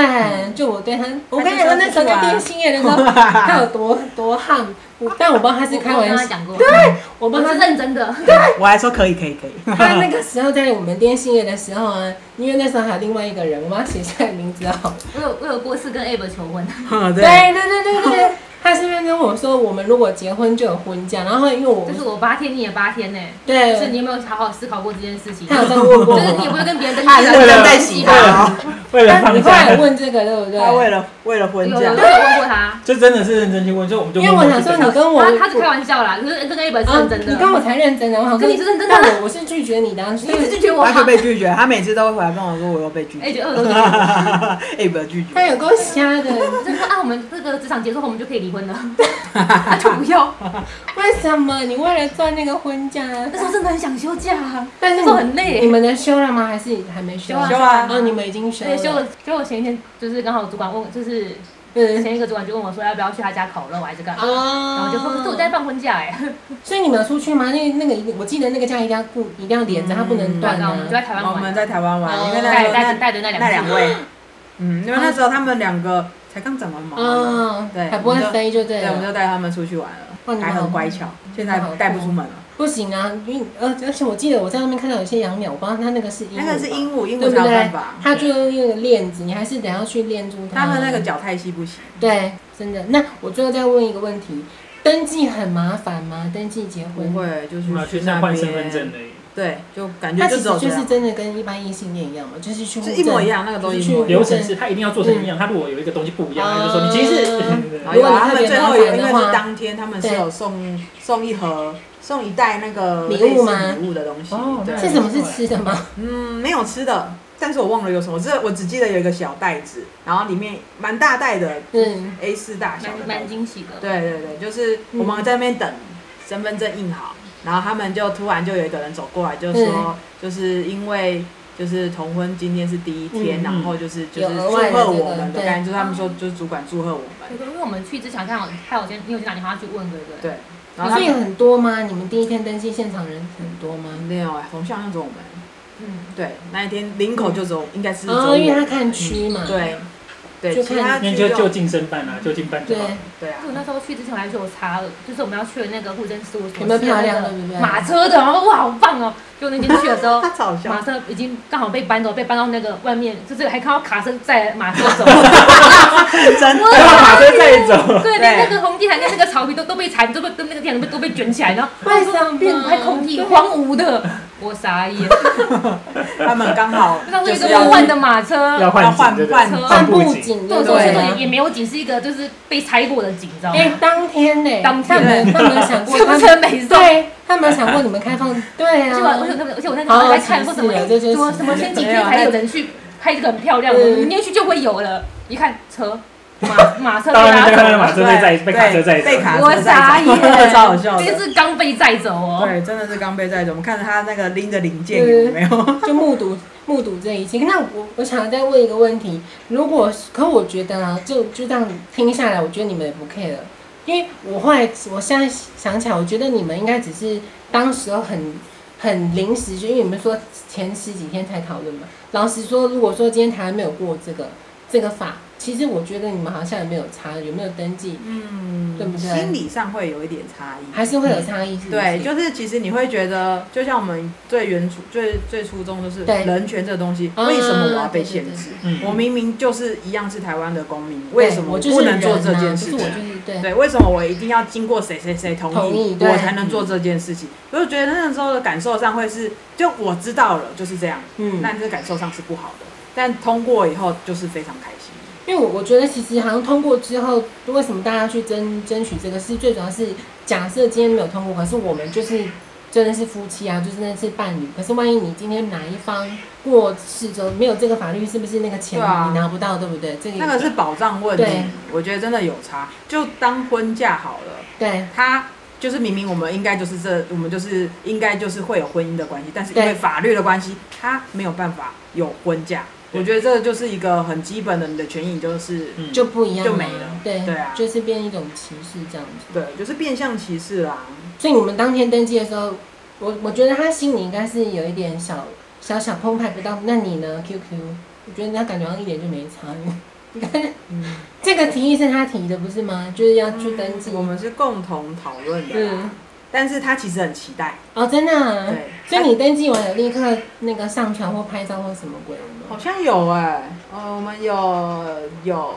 Speaker 1: 就我对他，我跟你讲，那时候就变心耶，那时候他有多多悍，我但我不知道他是开玩
Speaker 3: 我
Speaker 1: 笑
Speaker 3: 跟他，讲过，嗯
Speaker 1: 我
Speaker 3: 我
Speaker 1: 帮他
Speaker 3: 是认真的，
Speaker 4: 我还说可以可以可 以，
Speaker 1: 他那个时候在我们电信业的时候啊，因为那时候还有另外一个人，我把他写下来名字哦。
Speaker 3: 我有我有过是跟 Abe 求婚，
Speaker 4: 嗯
Speaker 1: 对对对对对，他是不是跟我说，我们如果结婚就有婚假，然后因为我
Speaker 3: 就是我八天，你也八天呢、欸。
Speaker 1: 对，
Speaker 3: 是你有没有好好思考过这件事情？就
Speaker 1: 他有
Speaker 3: 是
Speaker 1: 这样问过
Speaker 3: 你也
Speaker 1: 我。
Speaker 3: 不会跟别人登啊
Speaker 4: 他
Speaker 3: 记
Speaker 4: 还是
Speaker 3: 的，
Speaker 4: 为
Speaker 2: 了
Speaker 4: 在洗吧
Speaker 2: 为了
Speaker 1: 但你
Speaker 2: 放
Speaker 1: 后来
Speaker 2: 假，
Speaker 1: 问这个对不啊
Speaker 4: 他为
Speaker 1: 对？
Speaker 4: 了为了
Speaker 3: 有
Speaker 4: 婚
Speaker 3: 有
Speaker 4: 假
Speaker 3: 有，问过他，
Speaker 2: 就真的是认真去问，就我们就
Speaker 1: 因为我想说你跟我啊
Speaker 3: 他他是开玩笑啦，可是这个 Abe 是认真的。
Speaker 1: 你跟我才认真的，我想说
Speaker 3: 可你是认真的
Speaker 1: 但我我是拒绝你的啊，所
Speaker 3: 你一直
Speaker 1: 以
Speaker 3: 拒绝我
Speaker 4: 他
Speaker 3: 啊，
Speaker 4: 就被拒绝，他每次都会回来跟我说我又被拒绝，
Speaker 3: 哎，就二都拒绝我。
Speaker 4: 哎不要拒
Speaker 1: 他
Speaker 4: 绝，
Speaker 1: 有够瞎的，
Speaker 3: 就说啊，我们这个职场结束后，我们就可以离婚了。 他就不要，
Speaker 1: 为什么你为了赚那个婚假啊？
Speaker 3: 那时候真的很想休假啊，
Speaker 1: 但是
Speaker 3: 那
Speaker 1: 你
Speaker 3: 时候很累
Speaker 1: 你。们的休了吗？还是还没休？
Speaker 4: 休啊
Speaker 1: 哦，你们已经休
Speaker 3: 而且休
Speaker 1: 了。
Speaker 3: 了，就我前一天就是刚好主管问我，就是
Speaker 1: 嗯，
Speaker 3: 前一个主管就问我说要不要去他家烤肉啊还是干嘛，
Speaker 1: 哦
Speaker 3: 然后我就说可是我在放婚假哎，
Speaker 1: 所以你们有出去吗？那那个一定我记得那个假一定要固，一定要连着，
Speaker 4: 嗯
Speaker 1: 它不能断
Speaker 3: 然后我
Speaker 1: 啊
Speaker 3: 们。就在台湾
Speaker 4: 我们
Speaker 3: 玩，
Speaker 4: 在台湾
Speaker 1: 哦
Speaker 4: 玩，因为那时
Speaker 3: 带
Speaker 4: 候
Speaker 3: 带着
Speaker 4: 那
Speaker 3: 带着那
Speaker 4: 那
Speaker 3: 两
Speaker 4: 两
Speaker 3: 只
Speaker 4: 位，嗯，因为那时候他们两个才刚长完毛嘛，
Speaker 1: 嗯，
Speaker 4: 对
Speaker 1: 还不会飞就对
Speaker 4: 对，我们
Speaker 1: 了，
Speaker 4: 就带他们出去玩
Speaker 1: 哇
Speaker 4: 了，
Speaker 1: 你们
Speaker 4: 还
Speaker 1: 好
Speaker 4: 很乖巧，现在带不出门了。
Speaker 1: 不行啊，因为而而且我记得我在那边看到有些养鸟，我不知道它那个是鹦鹉吧，
Speaker 4: 那个是鹦鹉，鹦
Speaker 1: 嗯对
Speaker 4: 鹉
Speaker 1: 不
Speaker 4: 才有
Speaker 1: 对
Speaker 4: 办法？，
Speaker 1: 它就用那个链子，你还是得要去链住它。
Speaker 4: 他们那个脚太细不行。
Speaker 1: 对，真的。那我最后再问一个问题：登记很麻烦吗？登记结婚
Speaker 4: 不？会，就是
Speaker 2: 我们要去
Speaker 4: 去
Speaker 2: 那
Speaker 4: 那
Speaker 2: 换身份
Speaker 4: 边，
Speaker 2: 证而已，
Speaker 4: 对，就感
Speaker 1: 它
Speaker 4: 觉
Speaker 1: 其实
Speaker 4: 就只有这
Speaker 1: 就是
Speaker 4: 样，
Speaker 1: 真的跟一般异性恋一样嘛，就是去户
Speaker 4: 是一模
Speaker 1: 政
Speaker 4: 一样，那个都
Speaker 1: 就是
Speaker 4: 一
Speaker 1: 去
Speaker 4: 模一样
Speaker 2: 流。程是他一定要做成一样，他如果有一个东西不一样，
Speaker 1: 啊
Speaker 2: 他就说你其实是
Speaker 4: 然后有啊他
Speaker 1: 如果你特别麻
Speaker 4: 们最后
Speaker 1: 烦
Speaker 4: 有，
Speaker 1: 的
Speaker 4: 因为
Speaker 1: 话
Speaker 4: 是当天，他们是有送送一盒、送一袋那个
Speaker 1: 礼物吗
Speaker 4: 类似礼物的东西
Speaker 2: 哦，
Speaker 4: 对，
Speaker 1: 是什么是吃的吗？
Speaker 4: 嗯，没有吃的，但是我忘了有什么，只我只记得有一个小袋子，然后里面蛮大袋的
Speaker 1: 嗯，
Speaker 4: A 4大小的
Speaker 3: 蛮
Speaker 4: 袋
Speaker 3: 蛮
Speaker 4: 子。
Speaker 3: 惊喜的。
Speaker 4: 对对对，就是我们在那边等身份证印好，然后他们就突然就有一个人走过来，就
Speaker 1: 嗯
Speaker 4: 说，就是因为就是同婚今天是第一天，
Speaker 2: 嗯
Speaker 4: 然后就是就
Speaker 1: 有
Speaker 4: 是
Speaker 1: 额
Speaker 4: 祝
Speaker 1: 外的
Speaker 4: 贺
Speaker 1: 这个
Speaker 4: 我们的
Speaker 1: 对
Speaker 4: 感觉，就是他们说
Speaker 3: 嗯
Speaker 4: 就是主管祝贺我们，
Speaker 3: 因为我们去之前，看我看我先，你有去打电话去问对不对？
Speaker 4: 对，然后
Speaker 1: 所
Speaker 4: 他
Speaker 1: 以
Speaker 4: 们
Speaker 1: 很多吗？你们第一天登记现场人很多吗？
Speaker 4: 没有哎，红像就只有我们，
Speaker 3: 嗯，
Speaker 4: 对，那一天领口就只有应该是只有
Speaker 1: 哦，
Speaker 4: 我
Speaker 1: 因为他
Speaker 4: 们，
Speaker 1: 看区嘛。
Speaker 4: 对
Speaker 1: 就
Speaker 4: 对，其
Speaker 1: 看
Speaker 4: 他
Speaker 2: 因为
Speaker 4: 区
Speaker 2: 就就
Speaker 4: 就
Speaker 2: 近申办啊，就近办就
Speaker 1: 对
Speaker 2: 好。
Speaker 4: 对啊
Speaker 3: 就。我那时候去之前，我还去我查了，就是我们要去的那个户政事务所，
Speaker 1: 有没有漂亮的
Speaker 3: 是有
Speaker 1: 对
Speaker 3: 那个
Speaker 1: 不对
Speaker 3: 马车的，然后哇，好棒哦！就那天去的时候
Speaker 4: 他，嘲笑
Speaker 3: 马，车已经刚好被搬走，被搬到那个外面，就是还看到卡车载马车走，对，
Speaker 4: 真
Speaker 3: 我
Speaker 2: 然后 马车再一走，
Speaker 3: 连那个红地毯跟那个草皮都都被缠，都被跟那个地毯都被都被卷起来，然后
Speaker 1: 为什么
Speaker 3: 变成块空地，荒芜的，我傻 眼，不
Speaker 4: 他们刚好
Speaker 3: 知道
Speaker 4: 就
Speaker 3: 一
Speaker 4: 是
Speaker 3: 个
Speaker 4: 要
Speaker 3: 梦幻的马车，
Speaker 2: 要
Speaker 4: 要
Speaker 2: 换
Speaker 4: 换
Speaker 2: 景对不
Speaker 4: 换
Speaker 2: 对？
Speaker 1: 换布
Speaker 2: 布景，
Speaker 1: 景，
Speaker 3: 动
Speaker 1: 对
Speaker 3: 手
Speaker 4: 对
Speaker 3: 动
Speaker 4: 对
Speaker 3: 作
Speaker 4: 啊
Speaker 3: 也没有景，是一个就是被拆过的景，你知道吗？
Speaker 1: 哎，当天呢？
Speaker 3: 哦当
Speaker 1: 他
Speaker 3: 天
Speaker 1: 们他们有想过
Speaker 3: 是不
Speaker 1: 他
Speaker 3: 是
Speaker 1: 们
Speaker 3: 很美颂？
Speaker 1: 对，他们有想过你们开放对
Speaker 3: 而且
Speaker 1: 啊
Speaker 3: 我，而且我那时候还在看说什么
Speaker 1: 好好奇
Speaker 3: 什
Speaker 1: 思
Speaker 3: 么
Speaker 1: 啊
Speaker 3: 什么前几天还有人去拍这个很漂亮，
Speaker 1: 嗯
Speaker 3: 我明天去就会有了。一看车马马车被
Speaker 2: 到那
Speaker 3: 拉
Speaker 2: 边
Speaker 3: 走
Speaker 2: 看到马
Speaker 3: 了，
Speaker 2: 车被载被卡车载走，
Speaker 4: 被卡
Speaker 3: 我
Speaker 4: 车
Speaker 3: 傻
Speaker 4: 载走，
Speaker 3: 眼，
Speaker 4: 超好笑
Speaker 3: 这个
Speaker 4: 的。
Speaker 3: 是刚被载走哦。
Speaker 4: 对，真的是刚被载走。我们看着他那个拎着零件有没有？
Speaker 1: 就目睹目睹这一切。那我我想要再问一个问题，如果可我觉得啊，就就这样听下来，我觉得你们也不 care，因为我后来我现在想起来，我觉得你们应该只是当时候很很临时，就因为你们说前十几天才讨论嘛。老实说，如果说今天台湾没有过这个这个法，其实我觉得你们好像也没有差，有没有登记，
Speaker 4: 嗯
Speaker 1: 对不对
Speaker 4: 心理上会有一点差异，
Speaker 1: 还是会
Speaker 3: 嗯
Speaker 1: 有差异，是不是？
Speaker 4: 对，就是其实你会觉得，就像我们最原初、最最初衷就是
Speaker 1: 对
Speaker 4: 人权这个东西，
Speaker 1: 啊
Speaker 4: 为什么我要被限制？
Speaker 2: 嗯
Speaker 4: 我明明就是一样是台湾的公民，为什么
Speaker 1: 我就是
Speaker 4: 不能做
Speaker 1: 人啊
Speaker 4: 这件事
Speaker 1: 不是
Speaker 4: 情
Speaker 1: 我？就是对。
Speaker 4: 对，为什么我一定要经过谁谁谁同意，
Speaker 1: 同意对
Speaker 4: 我才能做这件事情？我就觉得那时候的感受上会是，就我知道了就是这样，
Speaker 1: 嗯
Speaker 4: 那这个感受上是不好的。但通过以后就是非常开心，
Speaker 1: 因为我我觉得其实好像通过之后，为什么大家去争争取这个事，最主要是假设今天没有通过，可是我们就是真的是夫妻啊，就真的是伴侣。可是万一你今天哪一方过世之后没有这个法律，是不是那个钱
Speaker 4: 对啊
Speaker 1: 你拿不到，对不对？这个
Speaker 4: 那个是保障问题
Speaker 1: 对，
Speaker 4: 我觉得真的有差。就当婚假好了，
Speaker 1: 对
Speaker 4: 他就是明明我们应该就是这，我们就是应该就是会有婚姻的关系，但是因
Speaker 1: 对
Speaker 4: 为法律的关系，他没有办法有婚假，我觉得这个就是一个很基本的你的权益，就是
Speaker 2: 嗯，
Speaker 1: 就不一样
Speaker 4: 就
Speaker 1: 啊
Speaker 4: 没了
Speaker 1: 对
Speaker 4: 对啊
Speaker 1: 就是变一种歧视这样子。
Speaker 4: 对，就是变相歧视啊啦。
Speaker 1: 所以我们当天登记的时候，我我觉得他心里应该是有一点小小小澎湃不到。那你呢，QQ？我觉得他感觉好像一点就没差。你看
Speaker 4: 嗯，
Speaker 1: 这个提议是他提的，不是吗？就是要去登记。
Speaker 4: 我们是共同讨论的啦，
Speaker 1: 嗯，
Speaker 4: 但是他其实很期待，
Speaker 1: 哦，真的、啊。
Speaker 4: 对，
Speaker 1: 所以你登记完有立刻那个上传或拍照或什么鬼了吗？
Speaker 4: 好像有哎、
Speaker 1: 哦
Speaker 4: 呃，我们有有，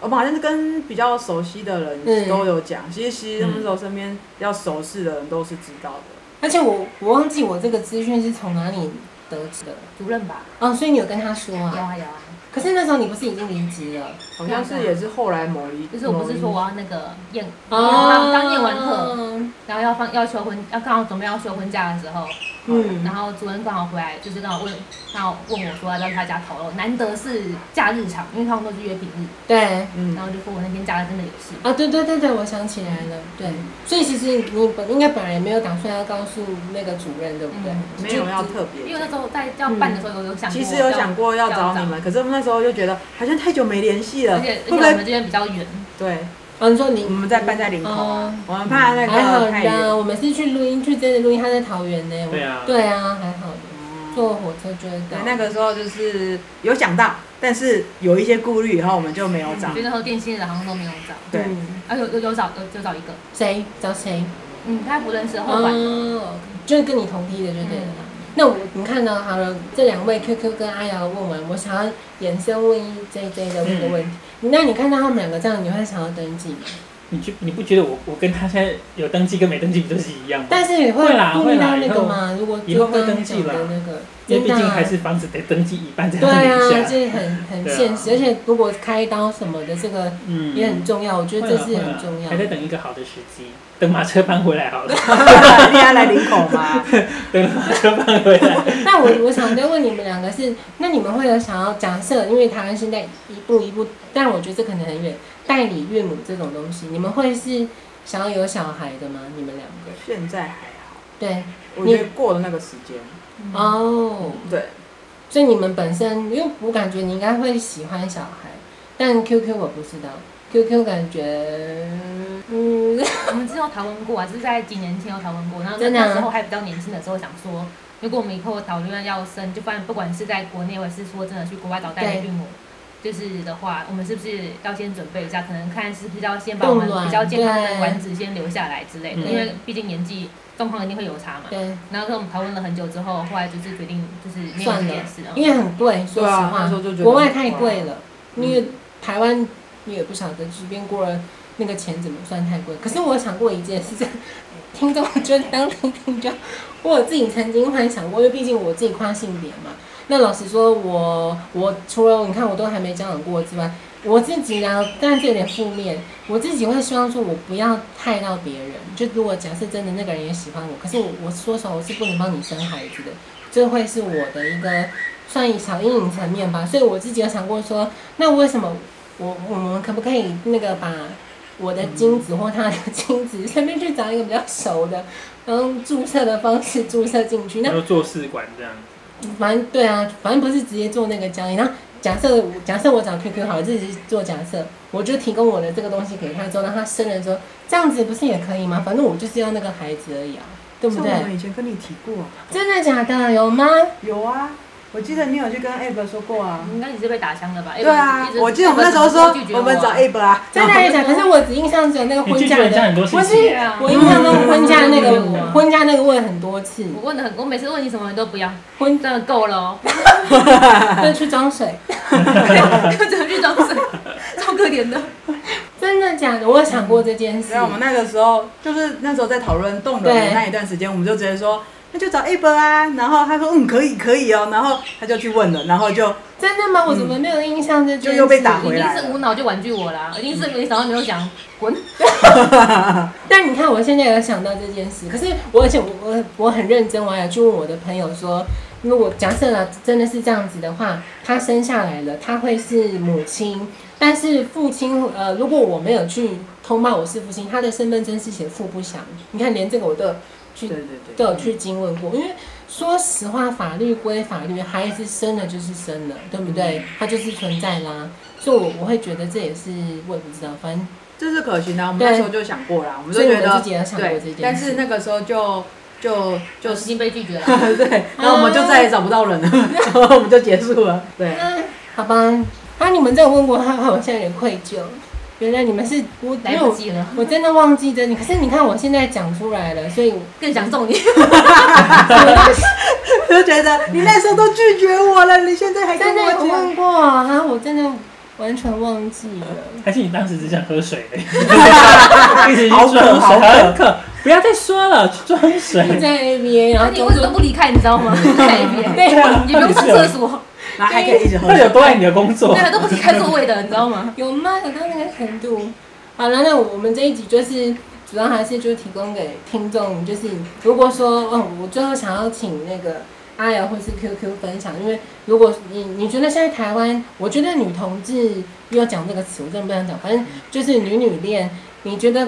Speaker 4: 我们好像是跟比较熟悉的人
Speaker 1: 嗯
Speaker 4: 都有讲，其实其实
Speaker 2: 嗯
Speaker 4: 那时候身边比较熟识的人都是知道的，
Speaker 1: 而且我我忘记我这个资讯是从哪里得知的。
Speaker 3: 主任吧，
Speaker 1: 哦，所以你有跟他说
Speaker 3: 有
Speaker 1: 啊？
Speaker 3: 啊有啊，
Speaker 1: 可是那时候你不是已经离职了？
Speaker 4: 好像是也是后来某一，
Speaker 3: 就是我不是说我要那个验，
Speaker 1: 哦，
Speaker 3: 刚刚念完课，然后要放要求婚，要刚好准备要休婚假的时候，
Speaker 1: 嗯
Speaker 3: 然后主任刚好回来，就是刚好问，刚好问我说要不要去他家烤肉，难得是假日场，因为他们都是约平日，
Speaker 1: 对。
Speaker 4: 嗯
Speaker 3: 然，后就说我那天假日真的有事，
Speaker 1: 啊，对对对对，我想起来了，对，所以其实你本应该本来也没有打算要告诉那个主任，对不对？
Speaker 3: 嗯
Speaker 4: 没有要特
Speaker 3: 因
Speaker 4: 别
Speaker 3: 为
Speaker 4: 讲。
Speaker 3: 那时候在要办的时候有有想过，
Speaker 4: 嗯其实有想过要找你
Speaker 3: 要
Speaker 4: 们，可是我们那时候就觉得好像太久没联系了，
Speaker 3: 而
Speaker 4: 会
Speaker 3: 且而且
Speaker 4: 不
Speaker 3: 我们
Speaker 4: 会？
Speaker 3: 这边比较远，
Speaker 4: 对，
Speaker 1: 哦，你说你
Speaker 4: 我们在办在林口
Speaker 3: 哦
Speaker 4: 啊，我们怕那
Speaker 1: 还好
Speaker 4: 个太
Speaker 1: 啦，
Speaker 4: 远。
Speaker 1: 我们是去录音，去真的录音，他在桃园呢。我
Speaker 2: 对啊
Speaker 1: 对啊，还好的，坐火车就会
Speaker 4: 哦对
Speaker 1: 到。，
Speaker 4: 那个时候就是有想到，但是有一些顾虑，以后我们就没有找
Speaker 3: 所以。那时候电信的好像都没有找，
Speaker 4: 对
Speaker 1: 嗯
Speaker 3: 啊有有有找有就找一个，
Speaker 1: 谁找谁？
Speaker 3: 嗯，他不认识后来，
Speaker 1: 哦，就是跟你同梯的就对了
Speaker 4: 嗯
Speaker 1: 啦。那我你看到好了，这两位 QQ 跟阿瑶问完，我想要延伸问一 JJ 的问个问题。
Speaker 2: 嗯
Speaker 1: 那你看到他们两个这样，你会想要登记吗？
Speaker 2: 你就你不觉得我我跟他现在有登记跟没登记不就是一样吗？
Speaker 1: 但是你会
Speaker 2: 会啦
Speaker 1: 顾虑到
Speaker 2: 会啦
Speaker 1: 那个吗？如果
Speaker 2: 以后
Speaker 1: 就刚刚
Speaker 2: 会登记啦
Speaker 1: 讲的那个，
Speaker 2: 因为
Speaker 1: 真
Speaker 2: 毕
Speaker 1: 的啊
Speaker 2: 竟还是房子得登记一半才
Speaker 1: 对
Speaker 2: 能
Speaker 1: 啊，
Speaker 2: 留下。
Speaker 1: 这很很
Speaker 2: 对啊
Speaker 1: 现实，而且如果开刀什么的，这个
Speaker 2: 嗯
Speaker 1: 也很重要。我觉得这是
Speaker 2: 会啦会
Speaker 1: 很
Speaker 2: 啦
Speaker 1: 重要
Speaker 2: 还。在等一个好的时机，等马车搬回 来好了，
Speaker 4: 一定要来林口 吗？
Speaker 2: 等马车搬回来。
Speaker 1: 那我我想再问你们两个是，那你们会有想要假设，因为台湾现在一步一步，但我觉得这可能很远，代理岳母这种东西，你们会是想要有小孩的吗？你们两个？
Speaker 4: 现在还好，
Speaker 1: 对，
Speaker 4: 我觉得过了那个时间。
Speaker 3: 嗯
Speaker 1: 哦，
Speaker 4: 对，
Speaker 1: 所以你们本身，因为我感觉你应该会喜欢小孩，但 QQ 我不知道，QQ 感觉， 嗯，
Speaker 3: 我们之前有讨论过啊，就是在几年前有讨论过，然后
Speaker 1: 真的啊
Speaker 3: 那时候还比较年轻的时候，想说，如果我们以后讨论要生，就不然不管是在国内，或者是说真的去国外找代
Speaker 1: 对
Speaker 3: 理孕母，就是的话，我们是不是要先准备一下，可能看是不是要先把我们
Speaker 1: 冻卵
Speaker 3: 比较健康
Speaker 1: 对
Speaker 3: 的卵子先留下来之类的，
Speaker 2: 嗯
Speaker 3: 因为毕竟年纪状况一定会有差嘛。
Speaker 1: 对，
Speaker 3: 然后跟我们讨论了很久之后，后来就是决定就是没有
Speaker 1: 算
Speaker 3: 这
Speaker 1: 了
Speaker 3: 件事啊，
Speaker 1: 因为很贵，说实
Speaker 4: 哦对啊
Speaker 1: 话，
Speaker 4: 那时候就觉得
Speaker 1: 国外太贵了，
Speaker 4: 嗯
Speaker 1: 因为台湾你也不晓得这边过了那个钱怎么算太贵。可是我想过一件事情，听众觉得当听听众，我有自己曾经幻想过，因为毕竟我自己跨性别嘛。那老实说我，我除了你看我都还没交往过之外，我自己呢，当然这有点负面，我自己会希望说我不要害到别人。就如果假设真的那个人也喜欢我，可是我我说实话，我是不能帮你生孩子的，这会是我的一个算小阴影层面吧。所以我自己有想过说，那为什么我我们可不可以那个把我的精子或他的精子随便去找一个比较熟的，然后注册的方式注册 进去？那
Speaker 2: 然后做试管这样，
Speaker 1: 反正对啊，反正不是直接做那个交易。然后假设我假设我找 QQ 好了，自己做假设，我就提供我的这个东西给他之后，让他生了之后，这样子不是也可以吗？反正我就是要那个孩子而已啊，对不
Speaker 4: 像
Speaker 1: 对？
Speaker 4: 我们以前跟你提过啊，
Speaker 1: 真的假的？有吗？
Speaker 4: 有啊，我记得你有去跟 Abe 说过啊。
Speaker 3: 应该你是被打枪的吧？
Speaker 4: 对啊
Speaker 3: 一直，
Speaker 4: 我记得我们那时候
Speaker 3: 一直拒绝
Speaker 4: 说我们找
Speaker 3: 啊
Speaker 4: Abe 啊，
Speaker 1: 真 的还是假的？可是我只印象只有那个
Speaker 2: 你
Speaker 1: 婚
Speaker 2: 拒
Speaker 1: 嫁
Speaker 2: 绝人家
Speaker 1: 的，
Speaker 2: 很多事
Speaker 1: 我
Speaker 2: 情
Speaker 1: 是
Speaker 2: 啊。
Speaker 1: 我印象中婚嫁 那
Speaker 3: 嗯
Speaker 1: 个婚嫁那个问很多次，
Speaker 3: 我问的很，我每次问你什么你都不要，
Speaker 1: 婚
Speaker 3: 真的够了哦，
Speaker 1: 就去装水。
Speaker 3: 跟着去装水，超可怜的。
Speaker 1: 真的假的？我有想过这件事
Speaker 4: 然。后我们那个时候就是那时候在讨论动人的
Speaker 1: 对
Speaker 4: 那一段时间，我们就直接说那就找 Abe 啊，然后他说嗯可以可以哦，然后他就去问了，然后就
Speaker 1: 真的吗？我怎么没有印象这件事？
Speaker 4: 嗯就又被打回
Speaker 3: 一定
Speaker 4: 来
Speaker 3: 是无脑就婉拒我啦，一定是没想到没有讲滚，
Speaker 1: 但你看，我现在有想到这件事，可是我而且我我我很认真，我还有去问我的朋友说，如果假设了真的是这样子的话，他生下来了，他会是母亲，但是父亲呃，如果我没有去通报我是父亲，他的身份证是写父不详。你看，连这个我都有去
Speaker 4: 对对对，
Speaker 1: 都有去经问过，因为说实话，法律归法律，孩子生了就是生了，对不对？它就是存在啦。所以我，我会觉得这也是我也不知道，反正
Speaker 4: 这是可行的啊。我们
Speaker 1: 对
Speaker 4: 那时候就想过啦，我们就
Speaker 1: 所以
Speaker 4: 觉
Speaker 1: 我们
Speaker 4: 得
Speaker 1: 自己也想过这
Speaker 4: 对
Speaker 1: 件，
Speaker 4: 但
Speaker 1: 事
Speaker 4: 是那个时候就就就
Speaker 3: 就是已经被拒绝了。
Speaker 4: 对，然后我们就再也找不到人了，然后我们就结束了。对，
Speaker 1: 啊好吧。啊，你们这有问过他，他好像有点愧疚。原来你们是我，因
Speaker 3: 来
Speaker 1: 为
Speaker 3: 不
Speaker 1: 我
Speaker 3: 及了，
Speaker 1: 我真的忘记这，可是你看我现在讲出来了， 所以我
Speaker 3: 更想揍你。
Speaker 4: 就觉得你那时候都拒绝我了，你现在还
Speaker 1: 真
Speaker 4: 跟
Speaker 1: 的
Speaker 4: 我
Speaker 1: 有
Speaker 4: 讲，
Speaker 1: 问过啊，我真的完全忘记了。
Speaker 2: 还是你当时只想喝水嘞？ 一直去装水，
Speaker 4: 好渴好
Speaker 2: 很渴，不要再说了，去装
Speaker 1: 就
Speaker 2: 水。
Speaker 1: 在 ABA，然
Speaker 3: 那
Speaker 1: 后
Speaker 3: 你为什么
Speaker 1: 中
Speaker 3: 不离开？你知道吗？在一 边，
Speaker 1: 对
Speaker 2: 啊
Speaker 3: 也不用上厕所，
Speaker 4: 然后还可以一直喝
Speaker 2: 到底有
Speaker 4: 水。
Speaker 2: 多爱你的工作
Speaker 3: 对？啊，都不离开座位的，你知道吗？
Speaker 1: 有吗？有到那个程度？好了，那我们这一集就是主要还是就提供给听众，就是如果说，嗯，我最后想要请那个阿瑶或是 QQ 分享，因为如果你你觉得现在台湾，我觉得女同志又要讲这个词，我真的不想讲，反正就是女女恋，你觉得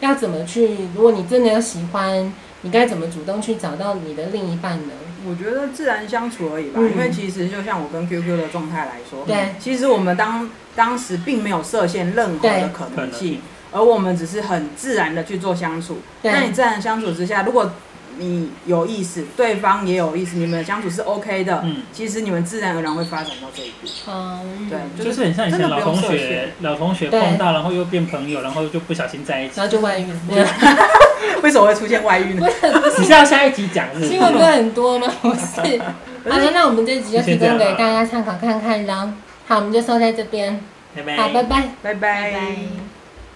Speaker 1: 要怎么去？如果你真的有喜欢，你该怎么主动去找到你的另一半呢？
Speaker 4: 我觉得自然相处而已吧，
Speaker 1: 嗯
Speaker 4: 因为其实就像我跟 QQ 的状态来说，
Speaker 1: 对
Speaker 4: 其实我们当当时并没有设限任何
Speaker 1: 对
Speaker 4: 的可
Speaker 2: 可
Speaker 4: 能
Speaker 2: 能
Speaker 4: 性，而我们只是很自然的去做相处。
Speaker 1: 对
Speaker 4: 那你自然相处之下，如果你有意思，对方也有意思，你们的相处是 OK 的，
Speaker 2: 嗯
Speaker 4: 其实你们自然而然会发展到这一步。
Speaker 1: 嗯，
Speaker 4: 对，
Speaker 2: 就是很像以前
Speaker 4: 真的
Speaker 2: 老
Speaker 4: 不用
Speaker 2: 同
Speaker 4: 设
Speaker 2: 学
Speaker 4: 限，
Speaker 2: 老同学碰到，然后又变朋友，然后就不小 心在一起
Speaker 1: 然。后就外遇了，没有？
Speaker 4: 为什么会出现 外遇呢？
Speaker 1: 不是，
Speaker 2: 你是要下一集讲是不是
Speaker 1: 新闻不是很多吗？ 不是。好了，那我们这集就提供给大家参考看看啦。好，我们就收在这边，
Speaker 2: 拜拜
Speaker 1: 好，拜拜。
Speaker 4: 拜拜
Speaker 3: 拜拜